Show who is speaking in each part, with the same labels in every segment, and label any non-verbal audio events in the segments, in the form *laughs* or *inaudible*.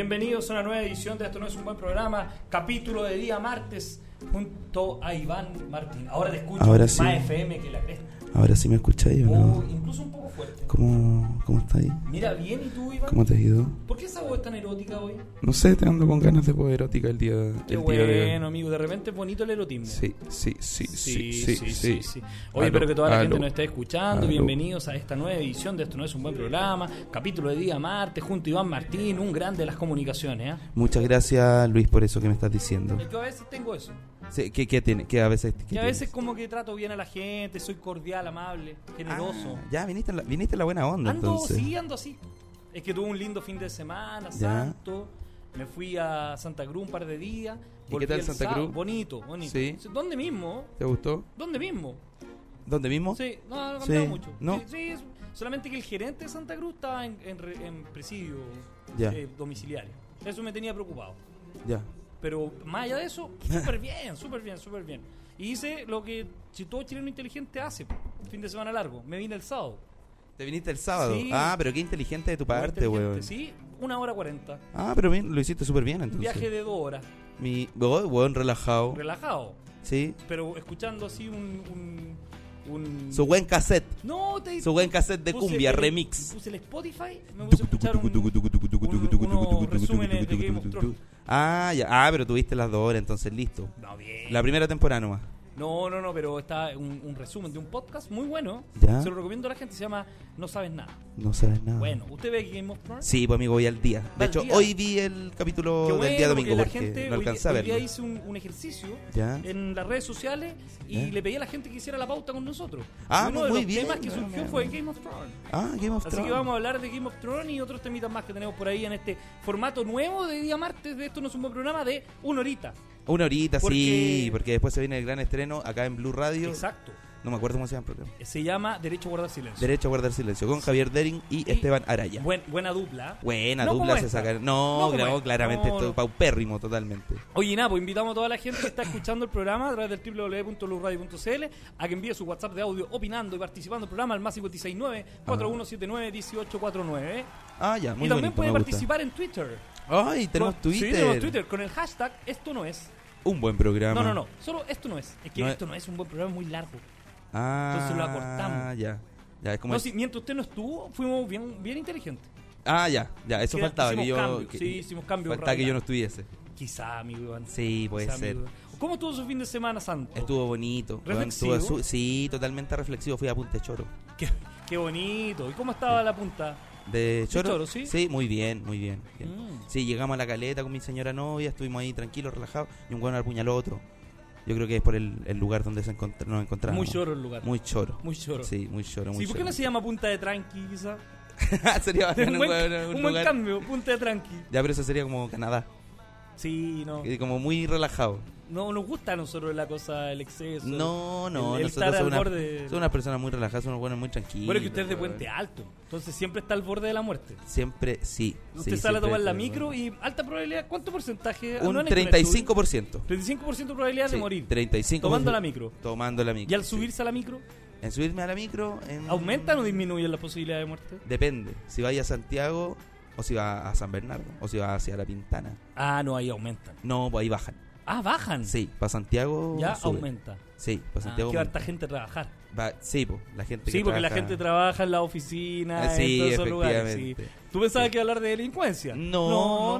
Speaker 1: Bienvenidos a una nueva edición de Esto no es un buen programa, capítulo de día martes, junto a Iván Martín. Ahora te escucho
Speaker 2: Ahora sí.
Speaker 1: más FM que la cresta.
Speaker 2: Ahora sí me escucháis
Speaker 1: Uy,
Speaker 2: o no.
Speaker 1: incluso un poco fuerte.
Speaker 2: ¿Cómo, cómo estás ahí?
Speaker 1: Mira bien, ¿y tú, Iván?
Speaker 2: ¿Cómo te has ido?
Speaker 1: ¿Por qué esa voz tan erótica hoy?
Speaker 2: No sé, te ando con ganas de poder erótica el día, el
Speaker 1: Qué
Speaker 2: día
Speaker 1: bueno,
Speaker 2: de hoy.
Speaker 1: amigo, de repente es bonito el erotismo.
Speaker 2: Sí, sí, sí, sí, sí, sí.
Speaker 1: sí. Oye,
Speaker 2: Aló,
Speaker 1: espero que toda la gente
Speaker 2: aló.
Speaker 1: nos esté escuchando.
Speaker 2: Aló.
Speaker 1: Bienvenidos a esta nueva edición de Esto no es un buen programa, capítulo de día martes, junto a Iván Martín, un grande de las comunicaciones. ¿eh?
Speaker 2: Muchas gracias, Luis, por eso que me estás diciendo.
Speaker 1: Yo a veces tengo eso.
Speaker 2: Sí, ¿Qué, qué tiene? ¿Qué a veces? qué
Speaker 1: Que a
Speaker 2: tienes?
Speaker 1: veces como que trato bien a la gente, soy cordial, amable, generoso.
Speaker 2: Ah, ya, viniste en, la, viniste en la buena onda,
Speaker 1: ando,
Speaker 2: entonces.
Speaker 1: sí, ando así. Es que tuve un lindo fin de semana,
Speaker 2: Ya.
Speaker 1: santo. Me fui a Santa Cruz un par de días.
Speaker 2: ¿Y
Speaker 1: volví
Speaker 2: qué tal
Speaker 1: el
Speaker 2: Santa
Speaker 1: sábado.
Speaker 2: Cruz?
Speaker 1: Bonito, bonito.
Speaker 2: Sí.
Speaker 1: ¿Dónde mismo?
Speaker 2: ¿Te gustó?
Speaker 1: ¿Dónde mismo?
Speaker 2: ¿Dónde mismo?
Speaker 1: Sí, no, no ha
Speaker 2: Sí,
Speaker 1: cambiado mucho.
Speaker 2: no.
Speaker 1: Sí, sí, es- solamente que el gerente de Santa Cruz estaba en, en re- en presidio
Speaker 2: Ya.
Speaker 1: eh, domiciliario. Eso me tenía preocupado.
Speaker 2: Ya.
Speaker 1: Pero más allá de eso, súper bien, súper bien, súper bien. Y hice lo que si todo chileno inteligente hace, po, fin de semana largo. Me vine el sábado.
Speaker 2: ¿Te viniste el sábado?
Speaker 1: Sí.
Speaker 2: Ah, pero qué inteligente de tu parte,
Speaker 1: Inteligente,
Speaker 2: weón.
Speaker 1: Sí, una hora cuarenta.
Speaker 2: Ah, pero bien, lo hiciste súper bien,
Speaker 1: Un
Speaker 2: entonces.
Speaker 1: viaje de dos horas,
Speaker 2: Mi... Oh, weón, relajado.
Speaker 1: relajado,
Speaker 2: sí.
Speaker 1: pero escuchando así un... un, un-
Speaker 2: Su buen cassette.
Speaker 1: No, te...
Speaker 2: Su buen cassette de
Speaker 1: puse
Speaker 2: cumbia,
Speaker 1: el-
Speaker 2: remix.
Speaker 1: Puse el Spotify, me puse a escuchar un- unos resúmenes de Game of Thrones.
Speaker 2: Ah, ya. Ah, pero tuviste las dos horas, entonces listo.
Speaker 1: No, bien.
Speaker 2: La primera temporada nomás.
Speaker 1: No, no, no, pero está un, un resumen de un podcast muy bueno.
Speaker 2: Ya.
Speaker 1: Se lo recomiendo a la gente, se llama No Sabes Nada.
Speaker 2: No sabes nada.
Speaker 1: Bueno, ¿usted ve Game of Thrones?
Speaker 2: Sí, pues amigo, voy al día.
Speaker 1: Va
Speaker 2: De
Speaker 1: al
Speaker 2: hecho,
Speaker 1: día.
Speaker 2: hoy vi el capítulo
Speaker 1: Qué
Speaker 2: del
Speaker 1: bueno,
Speaker 2: día domingo
Speaker 1: la
Speaker 2: porque
Speaker 1: gente
Speaker 2: no
Speaker 1: hoy día-
Speaker 2: alcancé a
Speaker 1: hoy día
Speaker 2: verlo.
Speaker 1: hice un, un ejercicio
Speaker 2: Ya.
Speaker 1: en las redes sociales y
Speaker 2: Ya.
Speaker 1: le pedí a la gente que hiciera la pauta con nosotros.
Speaker 2: Ah,
Speaker 1: y uno de
Speaker 2: muy
Speaker 1: los
Speaker 2: bien,
Speaker 1: temas que
Speaker 2: bueno,
Speaker 1: surgió
Speaker 2: bueno.
Speaker 1: fue Game of Thrones.
Speaker 2: Ah, Game of
Speaker 1: Así
Speaker 2: Thrones.
Speaker 1: que vamos a hablar de Game of Thrones y otros temitas más que tenemos por ahí en este formato nuevo de día martes de esto no es un buen programa de una horita.
Speaker 2: Una horita,
Speaker 1: Porque-
Speaker 2: sí, porque después se viene el gran estreno acá en Blue Radio.
Speaker 1: Exacto.
Speaker 2: No me acuerdo cómo se llama el programa.
Speaker 1: Se llama Derecho a guardar silencio.
Speaker 2: Derecho a guardar silencio con Javier Dering y Esteban Araya.
Speaker 1: Buen- buena dupla. ¿ah?
Speaker 2: Buena,
Speaker 1: No
Speaker 2: dupla
Speaker 1: como
Speaker 2: se
Speaker 1: esta.
Speaker 2: sacaron.
Speaker 1: No
Speaker 2: No,
Speaker 1: como
Speaker 2: grabó
Speaker 1: esta.
Speaker 2: claramente
Speaker 1: No,
Speaker 2: esto,
Speaker 1: no.
Speaker 2: paupérrimo totalmente.
Speaker 1: Oye, Napo, invitamos a toda la gente que está escuchando el programa a través del www.lurradio.cl a que envíe su WhatsApp de audio opinando y participando del programa al más 569-4179-1849.
Speaker 2: Ah, ya, muy
Speaker 1: ¿eh? y también
Speaker 2: bonito,
Speaker 1: puede
Speaker 2: me gusta.
Speaker 1: participar en Twitter.
Speaker 2: Ay, tenemos
Speaker 1: Con-
Speaker 2: Twitter.
Speaker 1: Sí, tenemos Twitter con el hashtag Esto no es.
Speaker 2: Un buen programa.
Speaker 1: No, no, no. Solo Esto no es. Es que
Speaker 2: No es-
Speaker 1: Esto no es un buen programa muy largo.
Speaker 2: Ah,
Speaker 1: Entonces lo acortamos.
Speaker 2: Ya. Ya, es como
Speaker 1: No,
Speaker 2: el-
Speaker 1: sí, mientras usted no estuvo, fuimos bien, bien inteligentes.
Speaker 2: Ah, ya, ya, eso
Speaker 1: Que
Speaker 2: faltaba
Speaker 1: hicimos
Speaker 2: que yo
Speaker 1: cambios,
Speaker 2: que-
Speaker 1: sí, hicimos cambios
Speaker 2: Faltaba que yo no
Speaker 1: radicales.
Speaker 2: estuviese.
Speaker 1: Quizá, amigo Iván.
Speaker 2: Sí, puede
Speaker 1: Quizá,
Speaker 2: ser.
Speaker 1: amigo Iván. ¿Cómo estuvo su fin de semana, Santo?
Speaker 2: Estuvo bonito. weón,
Speaker 1: Oh. ¿Reflexivo?
Speaker 2: estuvo azu- sí, totalmente reflexivo, fui a Punta de Choro.
Speaker 1: Qué, qué bonito. ¿Y cómo estaba la punta?
Speaker 2: De Choro.
Speaker 1: Choro, sí?
Speaker 2: muy bien, muy bien. bien.
Speaker 1: Mm.
Speaker 2: Sí, llegamos a la caleta con mi señora novia, estuvimos ahí tranquilos, relajados y un weón apuñaló a otro. Yo creo que es por el, el lugar donde se encont- nos encontramos.
Speaker 1: Muy choro el lugar.
Speaker 2: Muy choro.
Speaker 1: Muy choro.
Speaker 2: Sí, muy choro, muy
Speaker 1: Sí, ¿por qué
Speaker 2: choro.
Speaker 1: no se llama punta de tranqui, quizá?
Speaker 2: *laughs* Sería bacán
Speaker 1: un
Speaker 2: un
Speaker 1: buen,
Speaker 2: weón-
Speaker 1: un
Speaker 2: un
Speaker 1: buen
Speaker 2: lugar-
Speaker 1: cambio, punta de tranqui.
Speaker 2: Ya, pero eso sería como Canadá.
Speaker 1: Sí, no.
Speaker 2: eh, Como muy relajado.
Speaker 1: No nos gusta a nosotros la cosa del exceso.
Speaker 2: No, no,
Speaker 1: el- el
Speaker 2: nosotros
Speaker 1: estar al
Speaker 2: somos, una,
Speaker 1: borde-
Speaker 2: somos unas personas muy relajadas, somos buenos muy tranquilos.
Speaker 1: Bueno, es que usted es de
Speaker 2: weón.
Speaker 1: Puente Alto, entonces siempre está al borde de la muerte.
Speaker 2: Siempre, sí.
Speaker 1: Usted
Speaker 2: sí,
Speaker 1: sale a
Speaker 2: siempre
Speaker 1: tomar la
Speaker 2: estoy de
Speaker 1: micro
Speaker 2: acuerdo.
Speaker 1: y alta probabilidad, ¿cuánto porcentaje? Ah,
Speaker 2: Un
Speaker 1: ¿No han hecho un estudio?
Speaker 2: 35%.
Speaker 1: 35% de probabilidad
Speaker 2: Sí,
Speaker 1: de morir.
Speaker 2: 35%.
Speaker 1: Tomando la micro.
Speaker 2: Tomando la micro.
Speaker 1: Y al
Speaker 2: sí.
Speaker 1: subirse a la micro,
Speaker 2: En subirme a la micro. En...
Speaker 1: ¿aumentan o disminuyen las posibilidades de muerte?
Speaker 2: Depende. Si vaya a Santiago o si va a San Bernardo o si va hacia La Pintana.
Speaker 1: Ah, no, ahí aumentan.
Speaker 2: No, pues ahí bajan.
Speaker 1: Ah, bajan.
Speaker 2: Sí, para Santiago.
Speaker 1: Ya
Speaker 2: sube.
Speaker 1: aumenta.
Speaker 2: Sí, para
Speaker 1: Ah,
Speaker 2: Santiago.
Speaker 1: que harta
Speaker 2: aumenta.
Speaker 1: gente a trabajar.
Speaker 2: Va- sí, pues la gente.
Speaker 1: Sí,
Speaker 2: que
Speaker 1: porque la
Speaker 2: trabaja-
Speaker 1: gente trabaja en la oficina,
Speaker 2: Ah, sí,
Speaker 1: en todos esos lugares. sí.
Speaker 2: efectivamente.
Speaker 1: ¿Tú pensabas que iba a hablar de delincuencia?
Speaker 2: No,
Speaker 1: no,
Speaker 2: no,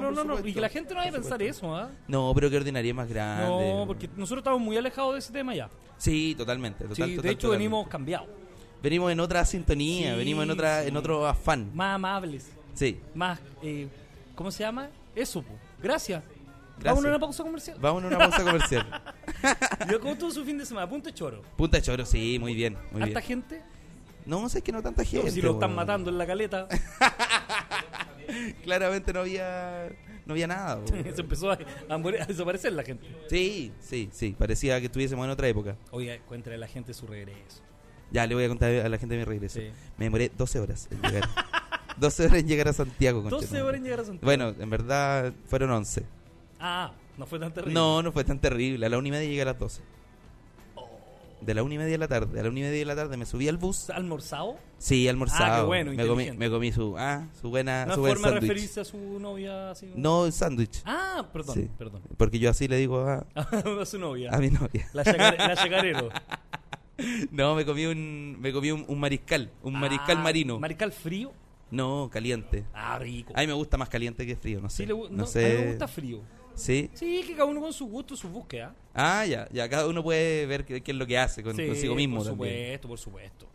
Speaker 1: no, no,
Speaker 2: por
Speaker 1: no, Y
Speaker 2: supuesto.
Speaker 1: que la gente no vaya a
Speaker 2: Por Ah,
Speaker 1: pensar eso, ¿ah?
Speaker 2: No, pero que ordinaria es más grande.
Speaker 1: No, porque nosotros estamos muy alejados de ese tema ya.
Speaker 2: Sí, totalmente. Total,
Speaker 1: Sí, de
Speaker 2: total,
Speaker 1: hecho
Speaker 2: totalmente.
Speaker 1: venimos cambiados,
Speaker 2: Venimos en otra sintonía,
Speaker 1: Sí,
Speaker 2: venimos en otra
Speaker 1: sí.
Speaker 2: en otro afán.
Speaker 1: más amables,
Speaker 2: Sí.
Speaker 1: más, eh, ¿cómo se llama? Eso, po. gracias.
Speaker 2: Gracias.
Speaker 1: Vamos a una pausa comercial.
Speaker 2: Vamos a una pausa
Speaker 1: *laughs*
Speaker 2: comercial.
Speaker 1: Yo ¿Cómo estuvo su fin de semana? Punto de choro.
Speaker 2: Punta de Choro, sí, muy bien, muy bien.
Speaker 1: ¿Harta gente?
Speaker 2: No, sé que no tanta
Speaker 1: No,
Speaker 2: gente.
Speaker 1: si lo están
Speaker 2: po.
Speaker 1: matando en la
Speaker 2: *laughs*
Speaker 1: caleta,
Speaker 2: Claramente no había no
Speaker 1: *laughs*
Speaker 2: había nada. po.
Speaker 1: se empezó a, a morir- a desaparecer la gente.
Speaker 2: sí, sí, sí, parecía que estuviésemos en otra época.
Speaker 1: Oiga, cuéntale a la gente su regreso.
Speaker 2: Ya le voy a contar a la gente mi regreso.
Speaker 1: Sí.
Speaker 2: Me demoré 12 horas
Speaker 1: *laughs*
Speaker 2: en llegar. 12 horas en llegar a Santiago.
Speaker 1: 12
Speaker 2: conchetumare.
Speaker 1: horas en llegar a Santiago.
Speaker 2: Bueno, en verdad fueron 11.
Speaker 1: Ah, no fue tan terrible. Oh.
Speaker 2: No, no fue tan terrible. A la una y media llegué a las 12. de la una y media de la tarde. A la una y media de la tarde me subí al bus.
Speaker 1: ¿Almorzado?
Speaker 2: Sí, almorzado.
Speaker 1: Ah, qué bueno,
Speaker 2: me, comí,
Speaker 1: inteligente.
Speaker 2: me comí su, ah, su buena
Speaker 1: ¿No es
Speaker 2: su buen
Speaker 1: forma de
Speaker 2: sándwich.
Speaker 1: referirse a su novia así? como-
Speaker 2: No, el sándwich.
Speaker 1: Ah, perdón,
Speaker 2: Sí.
Speaker 1: perdón. *laughs*
Speaker 2: Porque yo así le digo a,
Speaker 1: a su novia.
Speaker 2: a mi novia. *laughs*
Speaker 1: La, yacare- la yacarero.
Speaker 2: No, me comí un, me comí un, un mariscal. *laughs* Un mariscal
Speaker 1: Ah,
Speaker 2: marino.
Speaker 1: ¿Mariscal frío?
Speaker 2: no, caliente.
Speaker 1: Ah, rico.
Speaker 2: A mí me gusta más caliente que frío, no sé.
Speaker 1: Sí, le gu-
Speaker 2: no,
Speaker 1: no,
Speaker 2: sé.
Speaker 1: A mí me gusta frío.
Speaker 2: Sí.
Speaker 1: Sí, que cada uno con su gusto, su búsqueda.
Speaker 2: Ah, ya, ya cada uno puede ver qué, qué es lo que hace con,
Speaker 1: Sí,
Speaker 2: consigo mismo
Speaker 1: Por
Speaker 2: también.
Speaker 1: supuesto, por supuesto.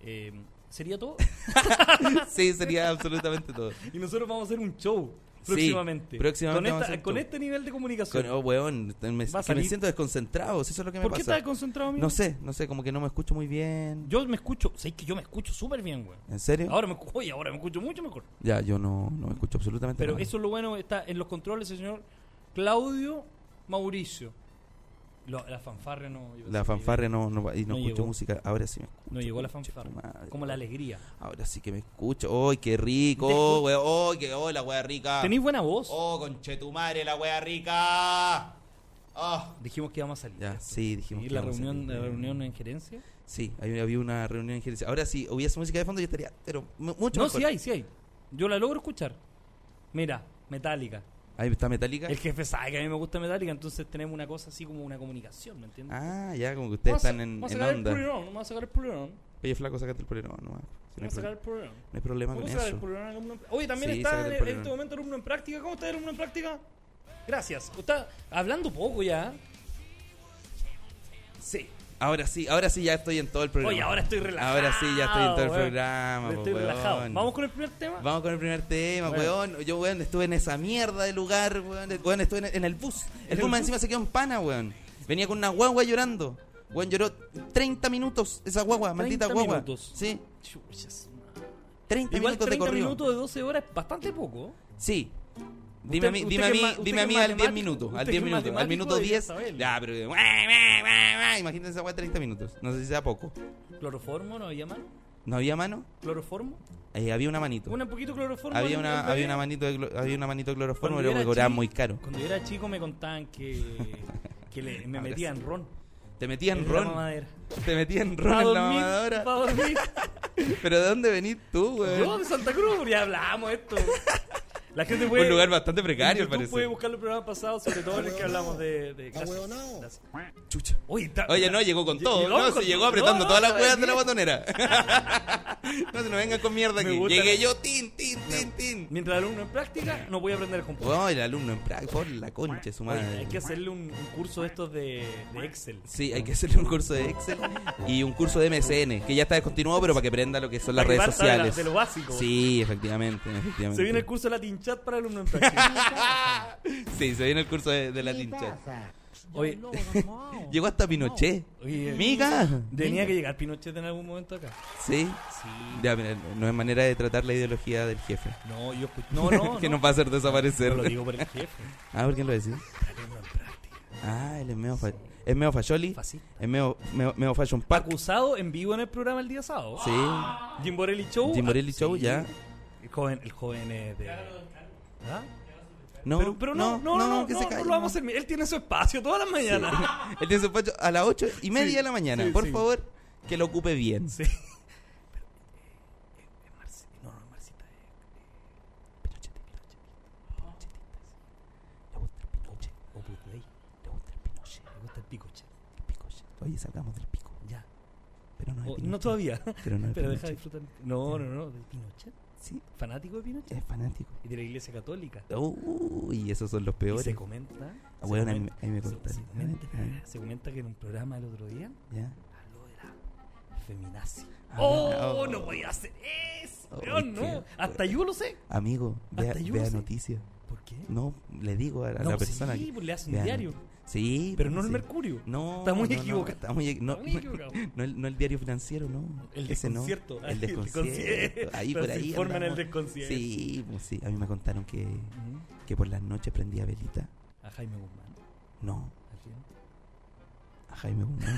Speaker 1: Eh, ¿Sería todo? *laughs*
Speaker 2: *laughs* Sí, sería absolutamente todo.
Speaker 1: y nosotros vamos a hacer un show
Speaker 2: Sí,
Speaker 1: próximamente.
Speaker 2: próximamente
Speaker 1: Con,
Speaker 2: vamos a
Speaker 1: esta-
Speaker 2: hacer un
Speaker 1: con
Speaker 2: show.
Speaker 1: este nivel de comunicación.
Speaker 2: Con- oh, weón, me, que me
Speaker 1: salir.
Speaker 2: siento desconcentrado, si eso es lo que me
Speaker 1: ¿Por qué
Speaker 2: pasa.
Speaker 1: estás concentrado, amigo?
Speaker 2: no sé, no sé, como que no me escucho muy bien.
Speaker 1: Yo Ah. me escucho, sé que yo me escucho súper bien, güey.
Speaker 2: ¿En serio?
Speaker 1: Ahora me, escu- oye, ahora me escucho mucho mejor.
Speaker 2: Ya, yo no, no me escucho absolutamente
Speaker 1: Pero
Speaker 2: nada.
Speaker 1: eso es lo bueno, está en los controles el señor Claudio Mauricio. Lo- la fanfarria no... yo sé
Speaker 2: La
Speaker 1: que-
Speaker 2: fanfarria no, no, y no,
Speaker 1: No
Speaker 2: escucho
Speaker 1: llegó.
Speaker 2: música. Ahora sí me escucho.
Speaker 1: ¿eh? No llegó la
Speaker 2: concha tu
Speaker 1: fanfarria.
Speaker 2: madre.
Speaker 1: Como la alegría.
Speaker 2: Ahora sí que me escucho. ¡Ay, qué rico!
Speaker 1: Te escu-
Speaker 2: weón! ¡Ay, qué oh, la wea rica!
Speaker 1: Tenéis buena voz.
Speaker 2: ¡Oh, conchetumare, la wea rica! ¡Oh!
Speaker 1: Dijimos que íbamos a salir.
Speaker 2: Ya,
Speaker 1: ¿cierto?
Speaker 2: sí, dijimos
Speaker 1: Y
Speaker 2: que
Speaker 1: la
Speaker 2: íbamos a
Speaker 1: reunión,
Speaker 2: salir.
Speaker 1: la reunión en gerencia.
Speaker 2: Sí, ahí había una reunión en gerencia. Ahora si hubiese música de fondo yo estaría, pero mu- mucho
Speaker 1: No,
Speaker 2: mejor.
Speaker 1: sí hay, sí hay. Yo la logro escuchar. Mira, Metallica.
Speaker 2: Ahí está Metallica.
Speaker 1: El jefe sabe que a mí me gusta Metallica, entonces tenemos una cosa así como una comunicación, ¿me entiendes?
Speaker 2: Ah, ya, como que ustedes
Speaker 1: Vamos a-
Speaker 2: están en,
Speaker 1: vamos a
Speaker 2: en
Speaker 1: sacar el
Speaker 2: onda.
Speaker 1: pulirón, vamos a sacar el pulirón.
Speaker 2: Oye, flaco, sácate el polerón nomás. Si no, hay
Speaker 1: Vamos a sacar el
Speaker 2: problema-
Speaker 1: pulirón.
Speaker 2: no hay problema con
Speaker 1: Vamos a sacar
Speaker 2: eso.
Speaker 1: el pulirón al alumno en- Oye, también
Speaker 2: Sí,
Speaker 1: está
Speaker 2: sácate el
Speaker 1: en, en
Speaker 2: pulirón.
Speaker 1: este momento alumno en práctica. ¿Cómo está el alumno en práctica? Gracias. Está hablando poco ya. Sí.
Speaker 2: Ahora sí, ahora sí ya estoy en todo el programa.
Speaker 1: Oye, ahora estoy relajado.
Speaker 2: Ahora sí ya estoy en todo el
Speaker 1: weón.
Speaker 2: programa,
Speaker 1: Estoy
Speaker 2: po,
Speaker 1: relajado.
Speaker 2: weón.
Speaker 1: Vamos con el primer tema.
Speaker 2: Vamos con el primer tema,
Speaker 1: Bueno.
Speaker 2: weón. Yo, weón, estuve en esa mierda de lugar, weón. Weón, estuve en el, en el bus. El
Speaker 1: ¿En
Speaker 2: bus
Speaker 1: el
Speaker 2: más
Speaker 1: bus?
Speaker 2: encima se quedó en pana, weón. Venía con una guagua llorando. Weón, lloró 30 minutos esa guagua, maldita
Speaker 1: 30
Speaker 2: guagua.
Speaker 1: minutos.
Speaker 2: Sí,
Speaker 1: Chuchas.
Speaker 2: Este 30
Speaker 1: Igual
Speaker 2: minutos
Speaker 1: 30
Speaker 2: de corrido.
Speaker 1: minutos de 12 horas es bastante poco.
Speaker 2: Sí. Dime a mí,
Speaker 1: usted
Speaker 2: dime a
Speaker 1: que es
Speaker 2: mí,
Speaker 1: ma- usted
Speaker 2: dime a
Speaker 1: que
Speaker 2: mí
Speaker 1: es
Speaker 2: al 10
Speaker 1: matemático-
Speaker 2: minutos, al
Speaker 1: usted
Speaker 2: 10
Speaker 1: que es
Speaker 2: minutos, al
Speaker 1: matemático
Speaker 2: minuto
Speaker 1: debería
Speaker 2: 10.
Speaker 1: saberlo.
Speaker 2: Ya, pero eh, imagínate esa weá 30 minutos. No sé si sea poco.
Speaker 1: ¿Cloroformo no había mano?
Speaker 2: ¿No había mano?
Speaker 1: ¿Cloroformo?
Speaker 2: Eh, había una manito.
Speaker 1: Una poquito de cloroformo.
Speaker 2: había
Speaker 1: en- en
Speaker 2: una,
Speaker 1: realidad.
Speaker 2: había una manito de clo- había una manito de cloroformo,
Speaker 1: Cuando
Speaker 2: pero
Speaker 1: yo
Speaker 2: me
Speaker 1: era
Speaker 2: cobraban
Speaker 1: chico-
Speaker 2: muy caro.
Speaker 1: Cuando yo era chico me contaban que, que le-
Speaker 2: *laughs*
Speaker 1: me
Speaker 2: Ahora
Speaker 1: metían ron.
Speaker 2: Te metían
Speaker 1: en la
Speaker 2: ron,
Speaker 1: mamadera.
Speaker 2: te metían
Speaker 1: Pa'
Speaker 2: ron en la
Speaker 1: dormir,
Speaker 2: mamadora.
Speaker 1: pa'
Speaker 2: *laughs*
Speaker 1: dormir.
Speaker 2: Pero ¿de dónde venís tú,
Speaker 1: Yo
Speaker 2: weón?
Speaker 1: de Santa Cruz, ya hablábamos de esto. La gente puede.
Speaker 2: Un lugar bastante
Speaker 1: en
Speaker 2: precario,
Speaker 1: YouTube
Speaker 2: al
Speaker 1: puede
Speaker 2: parecer.
Speaker 1: buscar los programas pasados, sobre todo en el que hablamos de. de
Speaker 3: Ah, huevonao.
Speaker 1: gracias.
Speaker 2: Chucha.
Speaker 1: Oye, ta-
Speaker 2: Oye, no, llegó con
Speaker 1: Lle-
Speaker 2: todo.
Speaker 1: llegó
Speaker 2: No,
Speaker 1: con
Speaker 2: se llegó
Speaker 1: todo.
Speaker 2: apretando
Speaker 1: No, no,
Speaker 2: todas las
Speaker 1: ¿sabes
Speaker 2: weas de la
Speaker 1: qué?
Speaker 2: botonera.
Speaker 1: *laughs*
Speaker 2: no se nos vengan con mierda
Speaker 1: Me
Speaker 2: aquí.
Speaker 1: gusta
Speaker 2: Llegué
Speaker 1: la-
Speaker 2: yo, tin, tin, tin, tin.
Speaker 1: Mientras el alumno en práctica, no voy a aprender el computador.
Speaker 2: Oh, el alumno en Praga, por la concha, de su
Speaker 1: Oye,
Speaker 2: madre.
Speaker 1: hay que hacerle un, un curso de estos de, de Excel.
Speaker 2: Sí, hay que hacerle un curso de Excel y un curso de MSN, que ya está descontinuado, pero para que aprenda lo que son las
Speaker 1: Para que
Speaker 2: redes
Speaker 1: parta de la-
Speaker 2: sociales.
Speaker 1: de lo básico.
Speaker 2: Sí, efectivamente, efectivamente.
Speaker 1: Se viene el curso de Latin Chat para alumno en
Speaker 2: *laughs*
Speaker 1: práctica.
Speaker 2: Sí, se viene el curso de, de la tincha.
Speaker 1: Oye, *laughs*
Speaker 2: Llegó hasta Pinochet.
Speaker 1: Oye,
Speaker 2: Miga.
Speaker 1: tenía que llegar Pinochet en algún momento acá.
Speaker 2: Sí.
Speaker 1: Sí.
Speaker 2: Ya, mira, no es manera de tratar la ideología del jefe.
Speaker 1: No, yo escuché.
Speaker 2: *laughs*
Speaker 1: No, no.
Speaker 2: que
Speaker 1: no.
Speaker 2: nos va a hacer desaparecer.
Speaker 1: No lo digo por
Speaker 2: *laughs*
Speaker 1: el jefe.
Speaker 2: Ah, ¿por qué lo decís?
Speaker 1: Para alumno en práctica.
Speaker 2: Ah, él es medio, fa- es medio facholi.
Speaker 1: Fascista.
Speaker 2: Es medio, medio, medio fashion pack.
Speaker 1: Acusado en vivo en el programa el día sábado.
Speaker 2: Sí.
Speaker 1: Jim Borelli Show.
Speaker 2: Jim Borelli
Speaker 1: Ah,
Speaker 2: Show,
Speaker 1: sí.
Speaker 2: ya.
Speaker 1: El joven, el joven es de. ¿Ah?
Speaker 2: No,
Speaker 1: pero, pero no, no, no, no,
Speaker 2: que
Speaker 1: no,
Speaker 2: se calle,
Speaker 1: lo vamos a hacer. Él tiene su espacio todas las
Speaker 2: Sí.
Speaker 1: mañanas.
Speaker 2: *laughs* Él tiene su despacho a las 8 y media
Speaker 1: Sí,
Speaker 2: de la mañana.
Speaker 1: sí,
Speaker 2: Por
Speaker 1: sí.
Speaker 2: favor, que lo ocupe bien.
Speaker 1: Sí. Pero, eh, eh, Marci- no, no, Marcita, eh, eh, Pinochet, Pinochet, Pinochetistas. Le gusta el Pinochet. Opus Dei. Le gusta el Pinochet. Le gusta el Picochet. El Picochet.
Speaker 2: Oye, salgamos del pico.
Speaker 1: Ya.
Speaker 2: Pero no, hay
Speaker 1: O-
Speaker 2: Pinochet.
Speaker 1: Oh, no todavía.
Speaker 2: Pero no hay
Speaker 1: Pero deja de
Speaker 2: Pinochet.
Speaker 1: disfrutar. No, no, no. ¿De Pinochet?
Speaker 2: Sí,
Speaker 1: ¿Fanático de Pinochet?
Speaker 2: es fanático.
Speaker 1: Y de la iglesia católica.
Speaker 2: Uy, esos son los
Speaker 1: Y
Speaker 2: peores.
Speaker 1: se comenta.
Speaker 2: Ah, weón,
Speaker 1: se
Speaker 2: a mí-
Speaker 1: comenta-
Speaker 2: a mí me
Speaker 1: se-
Speaker 2: contaron. Ah,
Speaker 1: se comenta- Se comenta que en un programa el otro día
Speaker 2: ¿Ya?
Speaker 1: habló de la feminazi.
Speaker 2: Ah,
Speaker 1: ¡Oh!
Speaker 2: oh.
Speaker 1: No podía hacer eso.
Speaker 2: Oh,
Speaker 1: weón,
Speaker 2: qué
Speaker 1: no. Hasta yo lo sé.
Speaker 2: Amigo, vea,
Speaker 1: Hasta yo
Speaker 2: vea
Speaker 1: lo sé.
Speaker 2: noticias.
Speaker 1: ¿Por qué?
Speaker 2: No, le digo a, a
Speaker 1: No,
Speaker 2: la persona.
Speaker 1: sí,
Speaker 2: que-
Speaker 1: pues le hace un
Speaker 2: vea,
Speaker 1: diario.
Speaker 2: no- Sí,
Speaker 1: Pero
Speaker 2: pues,
Speaker 1: no el
Speaker 2: sí.
Speaker 1: Mercurio.
Speaker 2: No,
Speaker 1: Está muy
Speaker 2: no, no,
Speaker 1: equivocado.
Speaker 2: está muy, equi- no,
Speaker 1: Está muy equivocado.
Speaker 2: no el, no el diario financiero, no.
Speaker 1: El
Speaker 2: Ese no.
Speaker 1: desconcierto. *laughs*
Speaker 2: El
Speaker 1: El
Speaker 2: desconcierto.
Speaker 1: desconcierto.
Speaker 2: Ahí por
Speaker 1: Se
Speaker 2: ahí.
Speaker 1: informan
Speaker 2: andamos.
Speaker 1: el desconcierto.
Speaker 2: Sí, pues sí. A mí me contaron que,
Speaker 1: Ujú.
Speaker 2: que por las noches prendía velita.
Speaker 1: A Jaime Guzmán.
Speaker 2: No,
Speaker 1: ¿a quién?
Speaker 2: a
Speaker 1: *laughs*
Speaker 2: Jaime Guzmán.